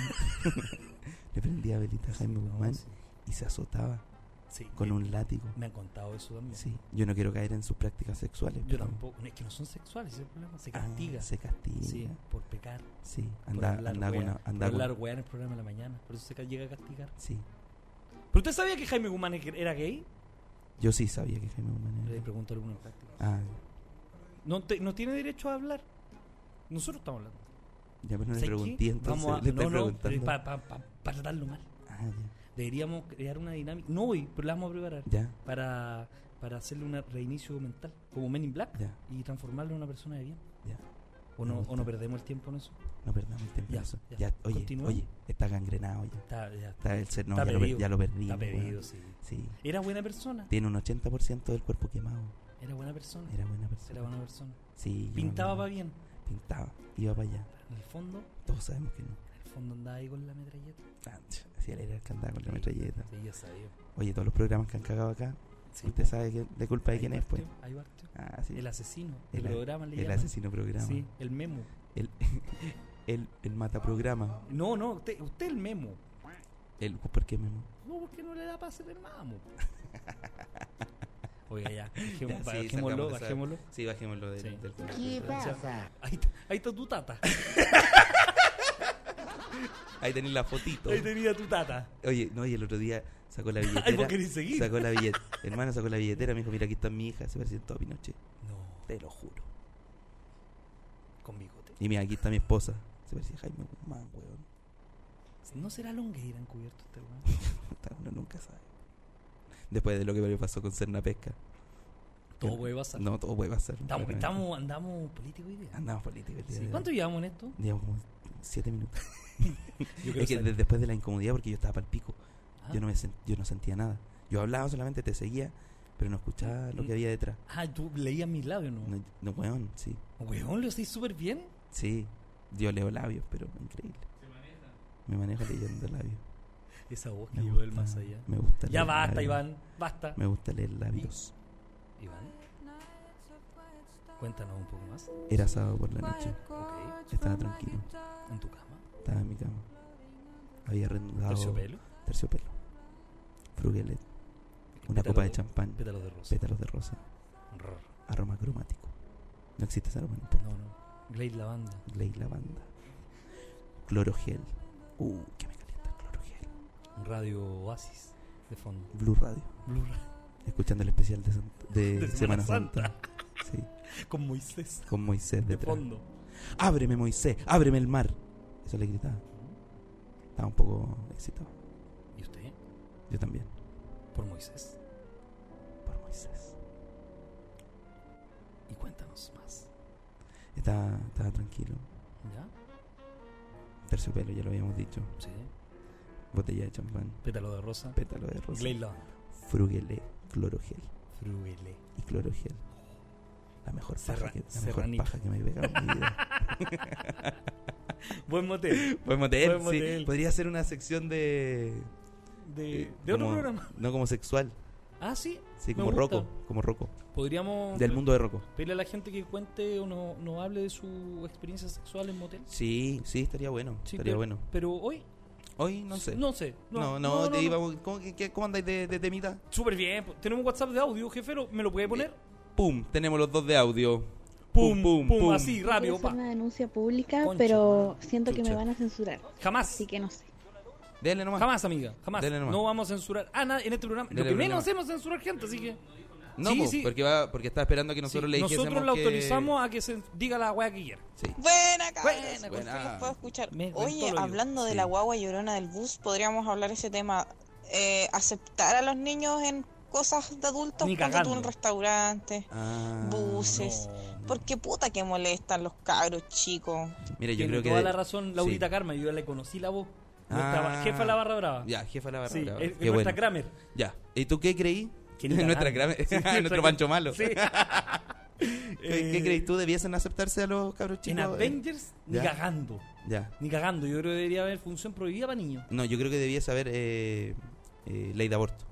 Speaker 2: Le prendía velita a Jaime
Speaker 1: No,
Speaker 2: Guzmán
Speaker 1: sí.
Speaker 2: y se azotaba.
Speaker 1: Sí,
Speaker 2: con
Speaker 1: me,
Speaker 2: un látigo.
Speaker 1: me han contado eso también.
Speaker 2: Sí, yo no quiero caer en sus prácticas sexuales.
Speaker 1: Yo
Speaker 2: pero-
Speaker 1: tampoco. Es que no son sexuales, ese es el problema. Se
Speaker 2: Ah,
Speaker 1: castiga.
Speaker 2: se castiga.
Speaker 1: Sí,
Speaker 2: Sí,
Speaker 1: por pecar.
Speaker 2: anda,
Speaker 1: por hablar
Speaker 2: anda con
Speaker 1: weá,
Speaker 2: una-
Speaker 1: por
Speaker 2: anda con-
Speaker 1: hablar weá en el programa de la mañana. Por eso se ca- llega a castigar.
Speaker 2: Sí,
Speaker 1: ¿Pero usted sabía que Jaime Guzmán era gay?
Speaker 2: yo sí sabía que Jaime Guzmán era-
Speaker 1: Le pregunto a alguno en práctica.
Speaker 2: Ah,
Speaker 1: No, te- no tiene derecho a hablar. Nosotros estamos hablando.
Speaker 2: ya pero no le
Speaker 1: ¿Sabes qué?
Speaker 2: pregunté entonces.
Speaker 1: Vamos a-
Speaker 2: le estoy
Speaker 1: no, no,
Speaker 2: preguntando.
Speaker 1: para tratarlo mal.
Speaker 2: Ah,
Speaker 1: Deberíamos crear una dinámica. No hoy, pero la vamos a preparar.
Speaker 2: ya, ya,
Speaker 1: Para, para hacerle un reinicio mental. Como Men in Black.
Speaker 2: ya,
Speaker 1: Y transformarlo en una persona de bien.
Speaker 2: ya.
Speaker 1: O
Speaker 2: Me
Speaker 1: no,
Speaker 2: gusta.
Speaker 1: o no perdemos el tiempo en eso.
Speaker 2: No perdamos el tiempo en
Speaker 1: Ya,
Speaker 2: eso.
Speaker 1: ya.
Speaker 2: Ya, oye,
Speaker 1: Continúa.
Speaker 2: oye, está gangrenado ya.
Speaker 1: Está, ya,
Speaker 2: Está el ser, no,
Speaker 1: Está
Speaker 2: ya, lo, per-
Speaker 1: pedido.
Speaker 2: ya lo perdí.
Speaker 1: está
Speaker 2: weón.
Speaker 1: pedido, sí.
Speaker 2: Sí.
Speaker 1: Era buena persona.
Speaker 2: Tiene un 80% del cuerpo quemado.
Speaker 1: Era buena persona.
Speaker 2: Era buena persona.
Speaker 1: Era buena persona.
Speaker 2: Sí, yo me
Speaker 1: Pintaba
Speaker 2: acuerdo.
Speaker 1: para bien.
Speaker 2: Pintaba, iba para allá.
Speaker 1: En el fondo,
Speaker 2: Todos sabemos que no.
Speaker 1: en el fondo andaba ahí con la metralleta.
Speaker 2: Ah, ch, Así era el que andaba con la metralleta.
Speaker 1: Sí, ya sabía.
Speaker 2: Oye, todos los programas que han cagado acá,
Speaker 1: Sí,
Speaker 2: usted
Speaker 1: pues,
Speaker 2: sabe que, de culpa de
Speaker 1: ahí
Speaker 2: quién es, pues.
Speaker 1: partió, ahí partió.
Speaker 2: Ah, sí.
Speaker 1: El asesino.
Speaker 2: El
Speaker 1: El,
Speaker 2: a-
Speaker 1: programa le
Speaker 2: El
Speaker 1: llaman.
Speaker 2: asesino programa.
Speaker 1: Sí, el memo.
Speaker 2: El, el, el mataprograma.
Speaker 1: No, no, usted, usted el memo.
Speaker 2: El, ¿Por qué, Memo?
Speaker 1: No, porque no le da para hacer el
Speaker 2: *laughs*
Speaker 1: mamo. Oiga, ya. Bajemos,
Speaker 2: Ya, sí,
Speaker 1: bajémoslo,
Speaker 2: sacamos esa-
Speaker 1: bajémoslo.
Speaker 2: Sí, bajémoslo del...
Speaker 1: Sí.
Speaker 2: del-
Speaker 3: ¿Qué pasa?
Speaker 1: Ahí está, ahí está tu tata.
Speaker 2: Ahí tenéis la fotito.
Speaker 1: Ahí tenía tu tata.
Speaker 2: Oye, no, y el otro día sacó
Speaker 1: *laughs*
Speaker 2: la
Speaker 1: Ay, vos
Speaker 2: billetera.
Speaker 1: querés seguir.
Speaker 2: *laughs* sacó la billetera. Hermano sacó la billetera, me dijo, mira, aquí está mi hija, se parecía en todo a Pinochet.
Speaker 1: No,
Speaker 2: Te lo juro.
Speaker 1: con bigote.
Speaker 2: Y mira, aquí está mi esposa. Se parecía a Jaime Guzmán, weón.
Speaker 1: ¿No será longueira encubierto este weón?
Speaker 2: Puta, Uno nunca sabe. Después de lo que me pasó con Cerna Pesca.
Speaker 1: Todo puede pasar.
Speaker 2: No, todo puede pasar.
Speaker 1: Estamos,
Speaker 2: Realmente.
Speaker 1: estamos, andamos políticos hoy día.
Speaker 2: Andamos políticos. el día
Speaker 1: Sí,
Speaker 2: de hoy.
Speaker 1: ¿Cuánto llevamos en esto?
Speaker 2: Digamos, como siete minutos.
Speaker 1: Yo
Speaker 2: Es que de- después de la incomodidad, porque yo estaba para el pico,
Speaker 1: Ah.
Speaker 2: yo, no me sen- yo no sentía nada. Yo hablaba solamente, te seguía, pero no escuchaba lo que había detrás.
Speaker 1: Ah, tú leías mis labios, ¿no?
Speaker 2: No, no, weón, sí.
Speaker 1: Weón, lo hacéis súper bien.
Speaker 2: Sí, yo leo labios, pero increíble. Me manejo leyendo labios.
Speaker 1: Esa voz
Speaker 2: Me
Speaker 1: que llevó
Speaker 2: gusta-
Speaker 1: del más allá.
Speaker 2: Me gusta
Speaker 1: Ya
Speaker 2: leer
Speaker 1: basta,
Speaker 2: labios.
Speaker 1: Iván. Basta.
Speaker 2: Me gusta leer labios.
Speaker 1: Iván, cuéntanos un poco más.
Speaker 2: Era sábado por la noche.
Speaker 1: Ok.
Speaker 2: Estaba tranquilo.
Speaker 1: En tu cama.
Speaker 2: Estaba en mi cama. Había reanudado.
Speaker 1: Terciopelo.
Speaker 2: Terciopelo. Frugelet. Una copa de
Speaker 1: Pétalo-
Speaker 2: champán.
Speaker 1: Pétalos de rosa.
Speaker 2: Pétalos de rosa.
Speaker 1: Rrr.
Speaker 2: Aroma cromático. No existe ese aroma, no importa.
Speaker 1: No, no. Glade lavanda.
Speaker 2: Ley lavanda. Clorogel. Uh, que me calienta el clorogel.
Speaker 1: Radio Oasis. De fondo.
Speaker 2: Blue Radio.
Speaker 1: Blue Radio.
Speaker 2: Escuchando el especial de, Sant- de
Speaker 1: De
Speaker 2: Semana
Speaker 1: Semana
Speaker 2: Santa. Sí,
Speaker 1: *laughs* Con Moisés.
Speaker 2: con Moisés
Speaker 1: De
Speaker 2: detrás.
Speaker 1: fondo.
Speaker 2: Ábreme Moisés, ábreme el mar. Eso le gritaba. Estaba un poco excitado.
Speaker 1: ¿Y usted?
Speaker 2: Yo también.
Speaker 1: Por Moisés.
Speaker 2: Por Moisés.
Speaker 1: Y cuéntanos más.
Speaker 2: Estaba, estaba tranquilo.
Speaker 1: ¿Ya?
Speaker 2: Terciopelo, ya lo habíamos dicho.
Speaker 1: Sí.
Speaker 2: Botella de champán.
Speaker 1: Pétalo de rosa.
Speaker 2: Pétalo de rosa.
Speaker 1: Glade lavanda.
Speaker 2: Fruguelé, clorogel
Speaker 1: Frugelé.
Speaker 2: y clorogel. La mejor paja
Speaker 1: Serra-
Speaker 2: que, la mejor
Speaker 1: serranito.
Speaker 2: paja que me he pegado en mi vida.
Speaker 1: *laughs* Buen motel.
Speaker 2: Buen motel,
Speaker 1: Buen
Speaker 2: sí.
Speaker 1: motel.
Speaker 2: Podría ser una sección de.
Speaker 1: De,
Speaker 2: eh,
Speaker 1: de otro
Speaker 2: como-
Speaker 1: programa.
Speaker 2: No como sexual,
Speaker 1: Ah, sí.
Speaker 2: sí,
Speaker 1: Me
Speaker 2: como
Speaker 1: gusta. Ah,
Speaker 2: roco. Como roco.
Speaker 1: Podríamos
Speaker 2: Del mundo de roco.
Speaker 1: pedirle a la gente que cuente o no, no hable de su experiencia sexual en motel.
Speaker 2: Sí, sí, estaría bueno.
Speaker 1: Sí,
Speaker 2: estaría
Speaker 1: pero-
Speaker 2: bueno.
Speaker 1: Pero hoy,
Speaker 2: Hoy no sé.
Speaker 1: no sé.
Speaker 2: no, no, te íbamos- ¿cómo, que- que- cómo andáis de, de temita?
Speaker 1: Súper bien. po. Tenemos un WhatsApp de audio, jefero. ¿Me lo puede
Speaker 2: Eh,
Speaker 1: poner?
Speaker 2: Pum, tenemos los dos de audio.
Speaker 1: Pum, pum, pum. Así, rápido,
Speaker 4: Quiero
Speaker 1: pa.
Speaker 4: hacer una denuncia pública,
Speaker 1: Ah, Concha,
Speaker 4: pero siento que
Speaker 2: chucha.
Speaker 4: me van a censurar,
Speaker 1: Jamás.
Speaker 4: así que no sé.
Speaker 2: Dele nomás.
Speaker 1: Jamás, amiga. Jamás.
Speaker 2: Dele nomás.
Speaker 1: No vamos a censurar a nadie en este programa.
Speaker 2: Dele
Speaker 1: lo que
Speaker 2: programa.
Speaker 1: menos hacemos es censurar gente, así que.
Speaker 2: No,
Speaker 1: Sí,
Speaker 2: po,
Speaker 1: sí.
Speaker 2: porque va, porque está esperando que nosotros
Speaker 1: Sí,
Speaker 2: le dijésemos
Speaker 1: nosotros la
Speaker 2: que-
Speaker 1: autorizamos a que se diga la weá que quiera.
Speaker 2: Sí.
Speaker 5: Buena, cabros.
Speaker 1: Buena,
Speaker 5: Por fin
Speaker 2: buena.
Speaker 5: los puedo escuchar.
Speaker 1: Me rentó
Speaker 5: Oye,
Speaker 1: el oído.
Speaker 5: hablando de
Speaker 2: Sí.
Speaker 5: la guagua llorona del bus, podríamos hablar ese tema. Eh, aceptar a los niños en cosas de adultos,
Speaker 1: Ni
Speaker 5: ponte tú en
Speaker 1: cagando.
Speaker 5: restaurantes.
Speaker 2: Ah,
Speaker 5: Buses.
Speaker 1: No.
Speaker 5: Porque puta que molestan los cabros chicos.
Speaker 2: Mira, yo
Speaker 1: Tiene
Speaker 2: creo que.
Speaker 1: toda
Speaker 2: de-
Speaker 1: la razón, Laurita
Speaker 2: Sí.
Speaker 1: Karma. Yo ya le conocí la voz.
Speaker 2: Ah.
Speaker 1: Nuestra jefa de la barra brava.
Speaker 2: Ya, jefa la barra.
Speaker 1: Sí,
Speaker 2: brava.
Speaker 1: es- es
Speaker 2: Qué
Speaker 1: nuestra
Speaker 2: bueno.
Speaker 1: Kramer.
Speaker 2: Ya. ¿Y tú qué creí?
Speaker 1: Que ni
Speaker 2: *laughs* Nuestra
Speaker 1: cagando.
Speaker 2: Kramer-
Speaker 1: Sí,
Speaker 2: Nuestro
Speaker 1: nuestra-
Speaker 2: Pancho Malo.
Speaker 1: Sí.
Speaker 2: ¿Qué,
Speaker 1: Eh,
Speaker 2: *laughs* qué crees tú? ¿Debiesen aceptarse a los cabros
Speaker 1: En
Speaker 2: chicos?
Speaker 1: Avengers, ni
Speaker 2: Ya.
Speaker 1: cagando.
Speaker 2: Ya.
Speaker 1: Ni cagando. Yo creo que debería haber función prohibida para niños.
Speaker 2: No, yo creo que debiese haber eh, eh, ley de aborto.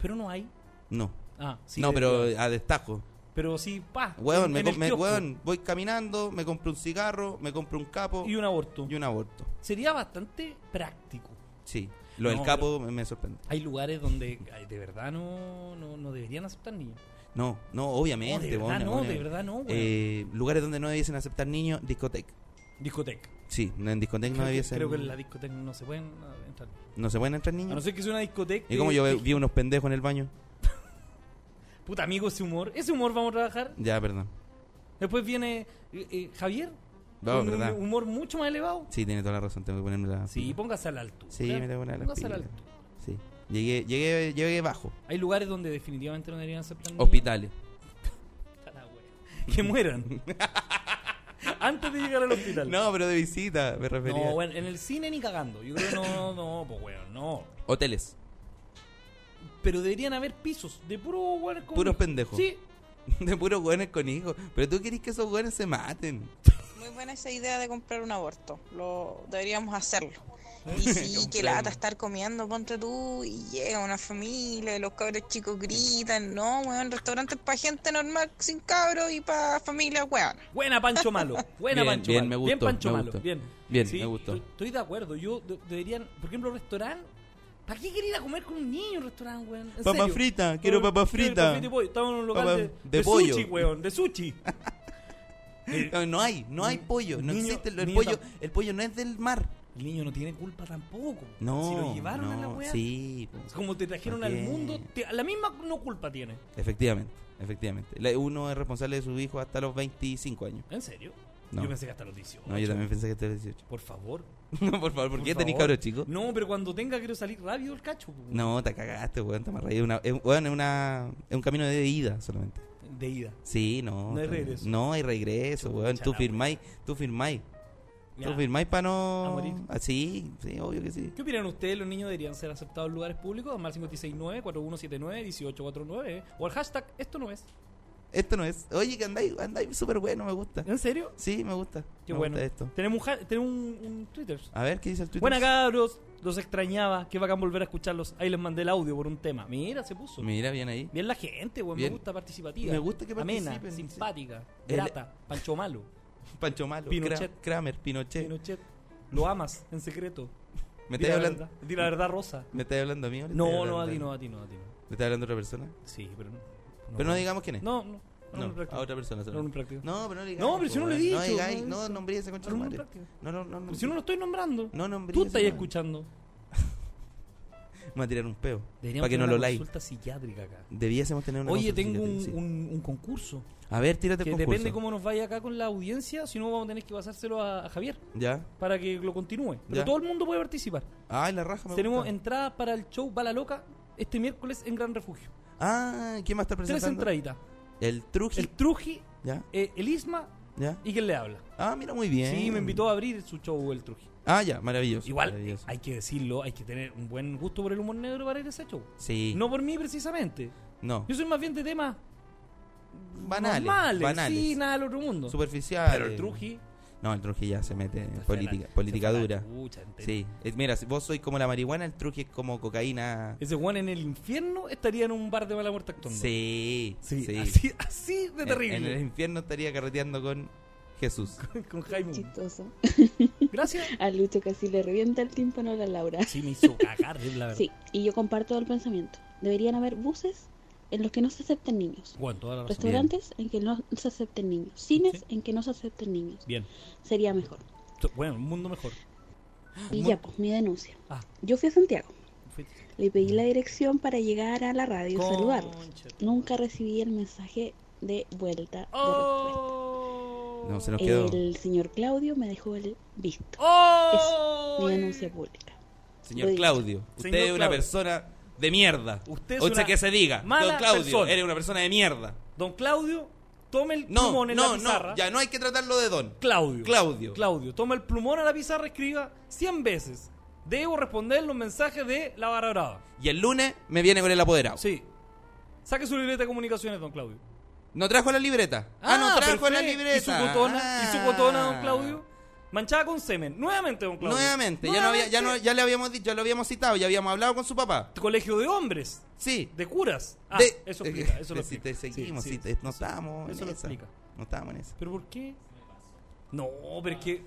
Speaker 1: Pero no hay.
Speaker 2: No.
Speaker 1: Ah, sí.
Speaker 2: no,
Speaker 1: de-
Speaker 2: pero a destajo.
Speaker 1: Pero sí, pa.
Speaker 2: Huevón,
Speaker 1: en-
Speaker 2: me,
Speaker 1: en
Speaker 2: com-
Speaker 1: el
Speaker 2: me-
Speaker 1: kiosco.
Speaker 2: huevón, voy caminando, me compro un cigarro, me compro un capo
Speaker 1: Y un aborto.
Speaker 2: y un aborto.
Speaker 1: Sería bastante práctico.
Speaker 2: Sí. Lo del
Speaker 1: No,
Speaker 2: capo me- me sorprende.
Speaker 1: Hay lugares donde ay, de verdad no, no, no deberían aceptar niños.
Speaker 2: No, no,
Speaker 1: No,
Speaker 2: obviamente.
Speaker 1: de verdad
Speaker 2: weón,
Speaker 1: no,
Speaker 2: weón.
Speaker 1: de verdad no, weón.
Speaker 2: Eh, lugares donde no debiesen aceptar niños, discoteca.
Speaker 1: Discoteca.
Speaker 2: Sí, no, en discoteca no
Speaker 1: Creo que,
Speaker 2: debiesen.
Speaker 1: creo que en la discoteca no se pueden ah, entrar.
Speaker 2: No se pueden entrar
Speaker 1: A no
Speaker 2: niños.
Speaker 1: ser que sea una discoteca.
Speaker 2: Y como
Speaker 1: que-
Speaker 2: yo ve-
Speaker 1: que-
Speaker 2: vi unos pendejos en el baño.
Speaker 1: Puta, amigo, ese humor. Ese humor vamos a trabajar.
Speaker 2: Ya, perdón.
Speaker 1: Después viene eh, eh, Javier.
Speaker 2: No,
Speaker 1: con
Speaker 2: verdad.
Speaker 1: un humor mucho más elevado.
Speaker 2: Sí, tiene toda la razón, tengo que ponerme la.
Speaker 1: Sí,
Speaker 2: pila.
Speaker 1: póngase a la altura.
Speaker 2: Sí, me tengo que poner las
Speaker 1: Póngase a la
Speaker 2: pilas.
Speaker 1: altura.
Speaker 2: Sí. Llegué, llegué, llegué bajo.
Speaker 1: Hay lugares donde definitivamente no deberían aceptar niños.
Speaker 2: Hospitales.
Speaker 1: Puta la wea. *laughs* Que mueran. Antes de llegar al hospital.
Speaker 2: No, pero de visita, me
Speaker 1: No,
Speaker 2: refería.
Speaker 1: bueno, en el cine ni cagando. Yo creo que no, *laughs* no, pues weón, no.
Speaker 2: Hoteles. *laughs*
Speaker 1: Pero deberían haber pisos de puro weón. con-
Speaker 2: Puros pendejos.
Speaker 1: Sí.
Speaker 2: De puros güenes con hijos. Pero tú querés que esos güenes se maten.
Speaker 5: Muy buena esa idea de comprar un aborto. Lo deberíamos hacerlo.
Speaker 1: *laughs*
Speaker 5: Y sí, que lata estar comiendo, ponte tú, y llega una familia, y los cabros chicos gritan, no, weón, restaurantes para gente normal, sin cabros, y para familia, weón.
Speaker 1: Buena Pancho Malo. Buena
Speaker 2: Bien,
Speaker 1: Pancho Malo.
Speaker 2: bien, me
Speaker 1: bien
Speaker 2: gustó,
Speaker 1: Pancho
Speaker 2: me
Speaker 1: Malo.
Speaker 2: gustó.
Speaker 1: Bien.
Speaker 2: Bien,
Speaker 1: Sí,
Speaker 2: me gustó.
Speaker 1: Estoy, estoy de acuerdo. Yo de- deberían, por ejemplo, restaurante. ¿Para qué querer ir a comer con un niño en un restaurante, weón? ¿En
Speaker 2: Papa
Speaker 1: serio?
Speaker 2: frita, quiero
Speaker 1: Estamos-
Speaker 2: papa
Speaker 1: quiero
Speaker 2: frita.
Speaker 1: y pollo. Estamos en un local
Speaker 2: Papa-
Speaker 1: de,
Speaker 2: de
Speaker 1: de
Speaker 2: pollo.
Speaker 1: sushi, weón. De
Speaker 2: *laughs*
Speaker 1: sushi. Eh,
Speaker 2: No, No hay, no hay
Speaker 1: Ni-
Speaker 2: pollo. No
Speaker 1: niño-
Speaker 2: existe. El
Speaker 1: niño
Speaker 2: pollo,
Speaker 1: tam-
Speaker 2: el pollo no es del mar.
Speaker 1: El niño no tiene culpa tampoco.
Speaker 2: No.
Speaker 1: Si lo llevaron a la
Speaker 2: no,
Speaker 1: weá.
Speaker 2: Sí, po.
Speaker 1: Es Como te trajeron
Speaker 2: No
Speaker 1: al
Speaker 2: tiene.
Speaker 1: mundo, te- a la misma no culpa tiene.
Speaker 2: Efectivamente, efectivamente. La- Uno es responsable de su hijo hasta los 25 años.
Speaker 1: ¿En serio?
Speaker 2: No.
Speaker 1: Yo pensé que hasta los 18.
Speaker 2: No, yo también pensé que este era 18.
Speaker 1: Por favor.
Speaker 2: *laughs* No, por favor, ¿por,
Speaker 1: por
Speaker 2: qué tenés
Speaker 1: favor.
Speaker 2: cabros chicos?
Speaker 1: No, pero cuando tenga quiero salir rápido el cacho. po.
Speaker 2: No, te cagaste, weón, te amarraí. Una, es, weón, es, una, es un camino de ida solamente.
Speaker 1: De ida.
Speaker 2: Sí, no.
Speaker 1: No hay
Speaker 2: también.
Speaker 1: regreso.
Speaker 2: No hay regreso,
Speaker 1: Chucha
Speaker 2: weón. Tú
Speaker 1: la
Speaker 2: firmáis, tú firmáis.
Speaker 1: Ya.
Speaker 2: Tú firmáis para
Speaker 1: A
Speaker 2: no.
Speaker 1: morir.
Speaker 2: Ah, sí, sí, obvio que sí.
Speaker 1: ¿Qué opinan ustedes? ¿Los niños deberían ser aceptados en lugares públicos? Amar 569-4179-1849 eh. o el hashtag esto no es.
Speaker 2: Esto no es. Oye, que andáis, andáis súper bueno, me gusta.
Speaker 1: ¿En serio?
Speaker 2: Sí, me gusta.
Speaker 1: Qué
Speaker 2: me
Speaker 1: bueno.
Speaker 2: gusta esto.
Speaker 1: Tenemos un, ha- tenemos un, un Twitter.
Speaker 2: A ver, ¿qué dice el Twitter?
Speaker 1: Buena cabros, los extrañaba, qué bacán volver a escucharlos. Ahí les mandé el audio por un tema. Mira, se puso.
Speaker 2: Mira, bien ahí.
Speaker 1: Bien la gente, weón, me
Speaker 2: Bien.
Speaker 1: gusta participativa.
Speaker 2: Me gusta que
Speaker 1: Amena,
Speaker 2: participen, sí.
Speaker 1: simpática,
Speaker 2: El-
Speaker 1: grata, Pancho Malo,
Speaker 2: Pancho Malo,
Speaker 1: Pinochet.
Speaker 2: Kra- Kramer, Pinochet.
Speaker 1: Pinochet. Lo amas en secreto.
Speaker 2: ¿Me
Speaker 1: Di
Speaker 2: estáis
Speaker 1: la
Speaker 2: hablando?
Speaker 1: verdad, di la verdad, Rosa.
Speaker 2: ¿Me estáis hablando a mí? o le estáis
Speaker 1: No, no,
Speaker 2: hablando
Speaker 1: a ti no, a ti no, a ti no.
Speaker 2: ¿Le estáis hablando a otra persona?
Speaker 1: Sí, pero no.
Speaker 2: Pero no digamos quién es.
Speaker 1: No, no.
Speaker 2: No,
Speaker 1: no, práctico.
Speaker 2: a otra persona.
Speaker 1: No, no
Speaker 2: solamente.
Speaker 1: práctico.
Speaker 2: No, pero no le
Speaker 1: No,
Speaker 2: digáis,
Speaker 1: pero si no lo he
Speaker 2: po,
Speaker 1: dicho,
Speaker 2: weón. No, digáis-
Speaker 1: no,
Speaker 2: no nombré a ese concha
Speaker 1: No,
Speaker 2: de
Speaker 1: no,
Speaker 2: madre.
Speaker 1: práctico.
Speaker 2: No, no, no.
Speaker 1: Pero Si no lo estoy nombrando.
Speaker 2: No nombré.
Speaker 1: Tú
Speaker 2: a ese
Speaker 1: estás
Speaker 2: madre.
Speaker 1: escuchando.
Speaker 2: Me va a tirar un peo.
Speaker 1: Deberíamos
Speaker 2: Para que no
Speaker 1: tener
Speaker 2: lo
Speaker 1: una
Speaker 2: like.
Speaker 1: consulta psiquiátrica acá.
Speaker 2: Debiésemos tener una
Speaker 1: Oye,
Speaker 2: consulta
Speaker 1: tengo un,
Speaker 2: psiquiátrica, sí.
Speaker 1: un- un concurso.
Speaker 2: A ver, tírate el
Speaker 1: Que
Speaker 2: concurso.
Speaker 1: depende cómo nos vaya acá con la audiencia, si no vamos a tener que pasárselo a, a Javier
Speaker 2: ¿Ya?
Speaker 1: para que lo continúe. Pero
Speaker 2: Ya.
Speaker 1: todo el mundo puede participar.
Speaker 2: Ay, la raja me
Speaker 1: Tenemos
Speaker 2: gusta.
Speaker 1: entradas para el show Bala Loca este miércoles en Gran Refugio.
Speaker 2: Ah, ¿quién va a estar
Speaker 1: Tres
Speaker 2: presentando?
Speaker 1: entraditas.
Speaker 2: El Truji.
Speaker 1: El Truji,
Speaker 2: ¿Ya?
Speaker 1: eh, el Isma
Speaker 2: ¿Ya?
Speaker 1: y quien le habla.
Speaker 2: Ah, mira, muy bien.
Speaker 1: Sí, me invitó a abrir su show el Truji.
Speaker 2: Ah, ya, maravilloso.
Speaker 1: Igual,
Speaker 2: maravilloso.
Speaker 1: hay que decirlo, hay que tener un buen gusto por el humor negro para ir a ese show.
Speaker 2: Sí. No.
Speaker 1: No por mí precisamente. Yo soy más bien de temas
Speaker 2: Banales.
Speaker 1: normales,
Speaker 2: banales.
Speaker 1: sí, nada del otro mundo.
Speaker 2: Superficial.
Speaker 1: Pero el Truji
Speaker 2: No, el Truji ya se mete en
Speaker 1: se fue a
Speaker 2: política,
Speaker 1: la-
Speaker 2: política
Speaker 1: se fue a la eh.
Speaker 2: dura.
Speaker 1: chucha entera.
Speaker 2: Sí. Es- Mira, si vos sois como la marihuana, el Truji es como cocaína.
Speaker 1: Ese Juan en el infierno estaría en un bar de mala muerte actuando.
Speaker 2: Sí.
Speaker 1: Sí,
Speaker 2: sí.
Speaker 1: Así, así de
Speaker 2: En-
Speaker 1: terrible.
Speaker 2: En, el infierno estaría carreteando con Jesús.
Speaker 1: *laughs* Con Jaime.
Speaker 4: Chistoso. *laughs*
Speaker 1: Gracias.
Speaker 4: A Lucho casi le revienta el tímpano a la Laura.
Speaker 1: Sí, me hizo cagar, la verdad.
Speaker 4: Sí, y yo comparto el pensamiento. Deberían haber buses en los que no se acepten niños.
Speaker 1: Juan, toda la razón.
Speaker 4: Restaurantes en que no se acepten niños. Cines en que no se acepten niños.
Speaker 1: Bien. Ah,
Speaker 4: Sería mejor.
Speaker 1: To- Bueno, un mundo mejor.
Speaker 4: Y
Speaker 1: Mu-
Speaker 4: ya, pues mi denuncia.
Speaker 1: Ah.
Speaker 4: Yo fui a Santiago.
Speaker 1: Fui-
Speaker 4: Le pedí la dirección para llegar a la radio y saludarlos.
Speaker 1: Concha.
Speaker 4: Nunca recibí el mensaje de vuelta. De
Speaker 1: Oh.
Speaker 2: No, se nos
Speaker 4: respuesta.
Speaker 2: quedó.
Speaker 4: El señor Claudio me dejó el visto.
Speaker 1: Oh.
Speaker 4: Mi denuncia pública.
Speaker 2: Señor
Speaker 4: Oye.
Speaker 2: Claudio, usted
Speaker 1: Señor
Speaker 2: es una
Speaker 1: Claudio.
Speaker 2: persona de mierda.
Speaker 1: Usted es
Speaker 2: o sea
Speaker 1: una
Speaker 2: que se diga.
Speaker 1: mala
Speaker 2: Don Claudio,
Speaker 1: persona.
Speaker 2: eres una persona de mierda.
Speaker 1: Don Claudio, tome el
Speaker 2: No,
Speaker 1: plumón en la
Speaker 2: no,
Speaker 1: pizarra.
Speaker 2: no. Ya no hay que tratarlo de don.
Speaker 1: Claudio.
Speaker 2: Claudio.
Speaker 1: Claudio, toma el plumón a la pizarra, escriba 100 veces. Debo responder los mensajes de la barra brava.
Speaker 2: Y el lunes me viene con el apoderado.
Speaker 1: Sí. Saque su libreta de comunicaciones, don Claudio.
Speaker 2: No trajo la libreta. Ah, no trajo la
Speaker 1: perfecto.
Speaker 2: libreta.
Speaker 1: Y su botona, y su
Speaker 2: Ah.
Speaker 1: botona, don Claudio. Manchada con semen. Nuevamente, don Claudio.
Speaker 2: Nuevamente, ya, no había, ya, no,
Speaker 1: Nuevamente.
Speaker 2: ya le habíamos dicho, ya lo habíamos citado, ya habíamos hablado con su papá.
Speaker 1: Colegio de hombres,
Speaker 2: Sí.
Speaker 1: de curas. Ah,
Speaker 2: De- *laughs*
Speaker 1: eso explica, eso lo
Speaker 2: de- si
Speaker 1: explica.
Speaker 2: te seguimos,
Speaker 1: Sí,
Speaker 2: si
Speaker 1: sí,
Speaker 2: te-
Speaker 1: sí.
Speaker 2: no estábamos
Speaker 1: Eso
Speaker 2: en
Speaker 1: lo
Speaker 2: esa.
Speaker 1: explica.
Speaker 2: No estábamos en esa.
Speaker 1: ¿Pero por qué? No, pero es que...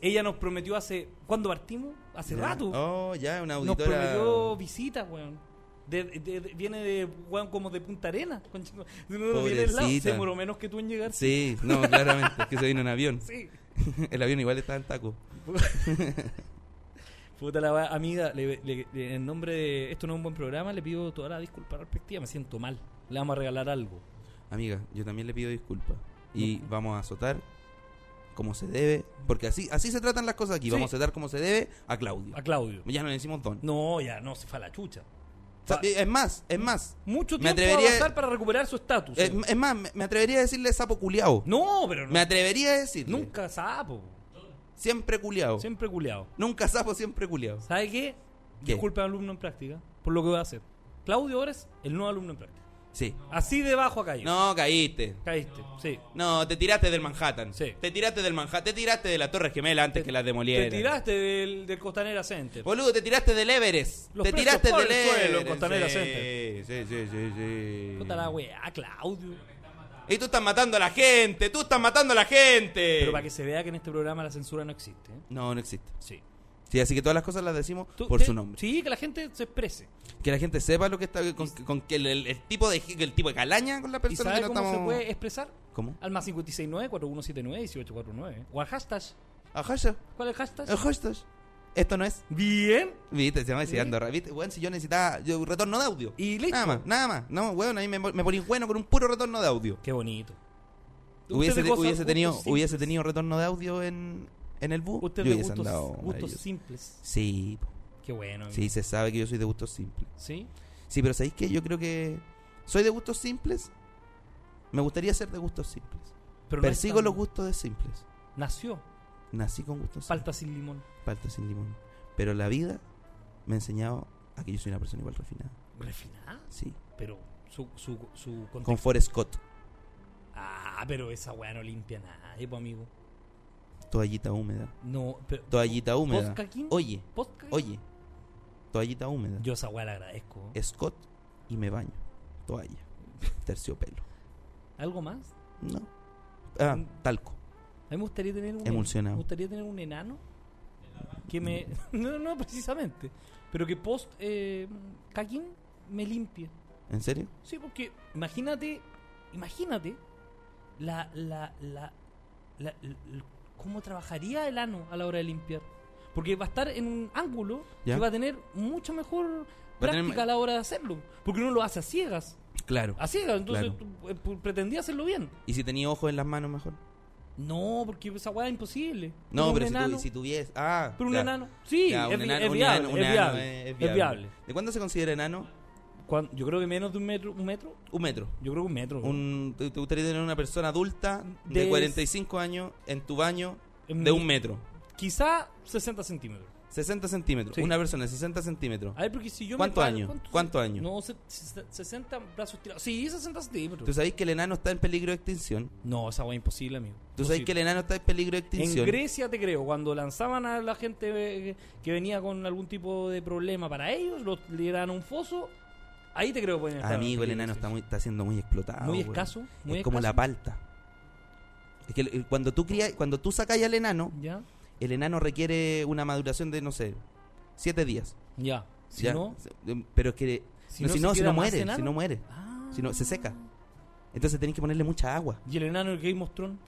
Speaker 1: Ella nos prometió hace. ¿Cuándo partimos? Hace
Speaker 2: Ya.
Speaker 1: rato.
Speaker 2: Oh, ya, una
Speaker 1: nos
Speaker 2: auditora.
Speaker 1: prometió visitas, weón. De- de- de- viene de, weón, como de Punta Arena. concha- de uno viene del lado. Se
Speaker 2: Pobrecita.
Speaker 1: demoró menos que tú en llegar.
Speaker 2: Sí,
Speaker 1: *laughs*
Speaker 2: no, claramente, es que se vino en avión. *laughs*
Speaker 1: Sí.
Speaker 2: El avión igual estaba en taco.
Speaker 1: Puta la wea, amiga, le- le- le- en nombre de esto no es un buen programa, le pido toda la disculpa respectiva, me siento mal. Le vamos a regalar algo.
Speaker 2: Amiga, yo también le pido disculpas. Y vamos a azotar como se debe, porque así así se tratan las cosas aquí.
Speaker 1: Sí.
Speaker 2: Vamos a azotar como se debe a Claudio.
Speaker 1: A Claudio.
Speaker 2: Ya no le decimos don.
Speaker 1: No, ya, no, se fue a la chucha.
Speaker 2: O sea, Es más, es más.
Speaker 1: Mucho
Speaker 2: Me
Speaker 1: tiempo
Speaker 2: atrevería-
Speaker 1: va a pasar para recuperar su estatus. eh.
Speaker 2: Es, es más, me- me atrevería a decirle sapo culiao.
Speaker 1: no, pero no-
Speaker 2: Me atrevería a decirle.
Speaker 1: nunca sapo.
Speaker 2: Siempre culiao.
Speaker 1: Siempre culeado.
Speaker 2: Nunca sapo, siempre culiao.
Speaker 1: ¿Sabe qué?
Speaker 2: ¿Qué?
Speaker 1: Disculpe al alumno en práctica por lo que voy a hacer. Claudio Ores, el nuevo alumno en práctica.
Speaker 2: Sí.
Speaker 1: Así debajo acá
Speaker 2: No, caíste.
Speaker 1: Caíste, sí.
Speaker 2: No, te tiraste del Manhattan.
Speaker 1: Sí.
Speaker 2: Te tiraste del Manhattan. Te tiraste de la Torre Gemela antes que la demolieran.
Speaker 1: Te tiraste del, del Costanera Center.
Speaker 2: Boludo, te tiraste del Everest.
Speaker 1: Los
Speaker 2: te
Speaker 1: presos
Speaker 2: tiraste
Speaker 1: por
Speaker 2: del
Speaker 1: el
Speaker 2: Everest.
Speaker 1: suelo en Costanera
Speaker 2: sí,
Speaker 1: Center.
Speaker 2: Sí, sí, sí, sí.
Speaker 1: Puta la weá, Claudio.
Speaker 2: Y tú estás matando a la gente. Tú estás matando a la gente.
Speaker 1: Pero para que se vea que en este programa la censura no existe. ¿eh?
Speaker 2: No, no existe.
Speaker 1: Sí.
Speaker 2: Sí, así que todas las cosas las decimos
Speaker 1: Tú-
Speaker 2: por
Speaker 1: te-
Speaker 2: su nombre.
Speaker 1: Sí, que la gente se exprese.
Speaker 2: Que la gente sepa lo que está con, con que el, el- el tipo de el tipo de calaña con la
Speaker 1: ¿Y
Speaker 2: persona que
Speaker 1: sabe
Speaker 2: no
Speaker 1: cómo
Speaker 2: estamos.
Speaker 1: se puede expresar?
Speaker 2: ¿Cómo?
Speaker 1: Al más 569-4179-1849. O al hashtag.
Speaker 2: Ajá, ya.
Speaker 1: ¿Cuál es el hashtag?
Speaker 2: Ajá, ya. Esto no es.
Speaker 1: Bien.
Speaker 2: Viste, se llama deseando. Viste, weón, si yo necesitaba yo, un retorno de audio.
Speaker 1: Y listo.
Speaker 2: Nada más, nada más. No, weón, ahí me, me poní bueno con un puro retorno de audio.
Speaker 1: Qué bonito.
Speaker 2: Hubiese,
Speaker 1: Usted de cosas-
Speaker 2: hubiese tenido,
Speaker 1: gustos simples.
Speaker 2: hubiese tenido retorno de audio en, en el bus.
Speaker 1: Usted
Speaker 2: yo
Speaker 1: de
Speaker 2: hubiese
Speaker 1: gustos,
Speaker 2: andado
Speaker 1: gustos
Speaker 2: maravilloso.
Speaker 1: simples.
Speaker 2: Sí, po.
Speaker 1: Qué bueno. amigo.
Speaker 2: sí, se sabe que yo soy de gustos simples.
Speaker 1: ¿Sí?
Speaker 2: Sí, pero ¿sabéis qué? Yo creo que soy de gustos simples. Me gustaría ser de gustos simples.
Speaker 1: Pero no es
Speaker 2: Persigo
Speaker 1: tan-
Speaker 2: los gustos de simples.
Speaker 1: Nació.
Speaker 2: Nací con gustos
Speaker 1: Falta sin limón.
Speaker 2: simples. Palta sin limón. Pero la vida me ha enseñado a que yo soy una persona igual refinada.
Speaker 1: Refinada.
Speaker 2: Sí.
Speaker 1: Pero su, su, su contexto-
Speaker 2: Con Forrest Scott.
Speaker 1: Ah, pero esa weá no limpia nada, eh, pues, amigo.
Speaker 2: Toallita húmeda.
Speaker 1: No, pero.
Speaker 2: Toallita húmeda.
Speaker 1: ¿Vodka King?
Speaker 2: Oye,
Speaker 1: ¿Podcast?
Speaker 2: oye. Toallita húmeda.
Speaker 1: Yo esa weá la agradezco. ¿eh?
Speaker 2: Scott y me baño.
Speaker 1: *laughs*
Speaker 2: Toalla. Terciopelo.
Speaker 1: ¿Algo más?
Speaker 2: No. Ah, talco.
Speaker 1: A mí me gustaría tener un.
Speaker 2: Emulsionado.
Speaker 1: Me gustaría tener un enano. Que me. *laughs* No, no, precisamente. Pero que post. Eh, Kakin me limpie.
Speaker 2: ¿En serio?
Speaker 1: Sí, porque imagínate, imagínate la, la, la, la- l- l- cómo trabajaría el ano a la hora de limpiar. Porque va a estar en un ángulo
Speaker 2: ¿Ya?
Speaker 1: que va a tener mucho mejor
Speaker 2: Va a tener
Speaker 1: práctica
Speaker 2: me-
Speaker 1: a la hora de hacerlo. Porque uno lo hace a ciegas.
Speaker 2: Claro.
Speaker 1: A ciegas, entonces
Speaker 2: Claro.
Speaker 1: tú, eh, pu- pretendía hacerlo bien.
Speaker 2: Ah, ¿Y si tenía ojos en las manos mejor?
Speaker 1: No, porque esa weá es imposible.
Speaker 2: No, pero
Speaker 1: un
Speaker 2: si, tu-
Speaker 1: enano-
Speaker 2: si tuviese. Ah.
Speaker 1: Pero un
Speaker 2: ya.
Speaker 1: enano. Sí,
Speaker 2: Ya,
Speaker 1: es,
Speaker 2: un
Speaker 1: vi-
Speaker 2: enano-
Speaker 1: es
Speaker 2: un
Speaker 1: viable,
Speaker 2: enano- un
Speaker 1: es,
Speaker 2: enano
Speaker 1: viable,
Speaker 2: es-
Speaker 1: es
Speaker 2: es
Speaker 1: viable.
Speaker 2: viable. ¿De cuándo se considera enano?
Speaker 1: Cuan- yo creo que menos de un metro, un metro.
Speaker 2: Un metro.
Speaker 1: Yo creo que un metro.
Speaker 2: Un, ¿Te te gustaría tener una persona adulta de,
Speaker 1: De-
Speaker 2: 45 años en tu baño
Speaker 1: En
Speaker 2: de
Speaker 1: mi-
Speaker 2: un metro?
Speaker 1: Quizá 60 centímetros.
Speaker 2: 60 centímetros.
Speaker 1: Sí.
Speaker 2: Una persona de 60 centímetros.
Speaker 1: A ver, porque si yo
Speaker 2: ¿Cuánto
Speaker 1: me paro,
Speaker 2: año? ¿Cuánto año?
Speaker 1: No, se- se- 60 brazos tirados. Sí, 60
Speaker 2: ¿Tú
Speaker 1: centímetros.
Speaker 2: sabéis que el enano está en peligro de extinción?
Speaker 1: No, esa weá imposible, amigo.
Speaker 2: ¿Tú sabéis que el enano está en peligro de
Speaker 1: En
Speaker 2: extinción?
Speaker 1: Grecia te creo, cuando lanzaban a la gente eh, que venía con algún tipo de problema para ellos, los tiraban a un foso, ahí te creo que podían estar en
Speaker 2: Ah, Amigo, el
Speaker 1: peligro,
Speaker 2: enano
Speaker 1: sí.
Speaker 2: está, muy, está siendo muy explotado.
Speaker 1: Muy
Speaker 2: weón.
Speaker 1: escaso, muy
Speaker 2: es como
Speaker 1: escaso.
Speaker 2: la palta. Es que el- cuando tú, crías, cuando tú sacas al enano,
Speaker 1: ¿Ya?
Speaker 2: el enano requiere una maduración de, no sé, 7 días.
Speaker 1: Ya. Si
Speaker 2: ¿ya?
Speaker 1: no...
Speaker 2: Pero es que
Speaker 1: Si
Speaker 2: no,
Speaker 1: no
Speaker 2: si
Speaker 1: se
Speaker 2: no, si
Speaker 1: queda
Speaker 2: no
Speaker 1: más
Speaker 2: muere,
Speaker 1: enano.
Speaker 2: si no muere.
Speaker 1: Ah.
Speaker 2: Si no, se seca. Entonces tenés que ponerle mucha agua.
Speaker 1: ¿Y el enano del Game of Thrones?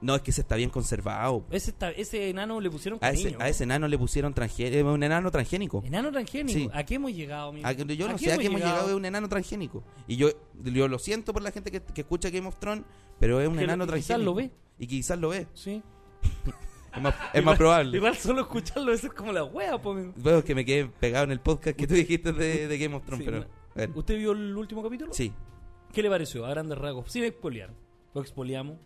Speaker 2: No, es que ese está bien conservado.
Speaker 1: Ese, está- ese enano le pusieron
Speaker 2: A
Speaker 1: cariño.
Speaker 2: ese, a ese enano le pusieron transgénico. Un enano transgénico.
Speaker 1: Enano transgénico.
Speaker 2: Sí.
Speaker 1: ¿A qué hemos llegado, amigo?
Speaker 2: A que- yo no sé a qué hemos llegado. Es un enano transgénico. Y yo, yo lo siento por la gente que, que escucha Game of Thrones, pero es un
Speaker 1: Que lo-
Speaker 2: enano
Speaker 1: y quizás
Speaker 2: transgénico.
Speaker 1: lo ve.
Speaker 2: Y quizás lo ve.
Speaker 1: Sí.
Speaker 2: Es
Speaker 1: *laughs*
Speaker 2: más, es más probable.
Speaker 1: Igual solo escucharlo eso es como la wea, po, amigo.
Speaker 2: Bueno, es que me quedé pegado en el podcast que tú dijiste de, de Game of Thrones,
Speaker 1: Sí,
Speaker 2: pero.
Speaker 1: una-
Speaker 2: bueno.
Speaker 1: ¿Usted vio el último capítulo?
Speaker 2: Sí.
Speaker 1: ¿Qué le pareció? A grandes rasgos. Sin expoliar. Lo expoliamos.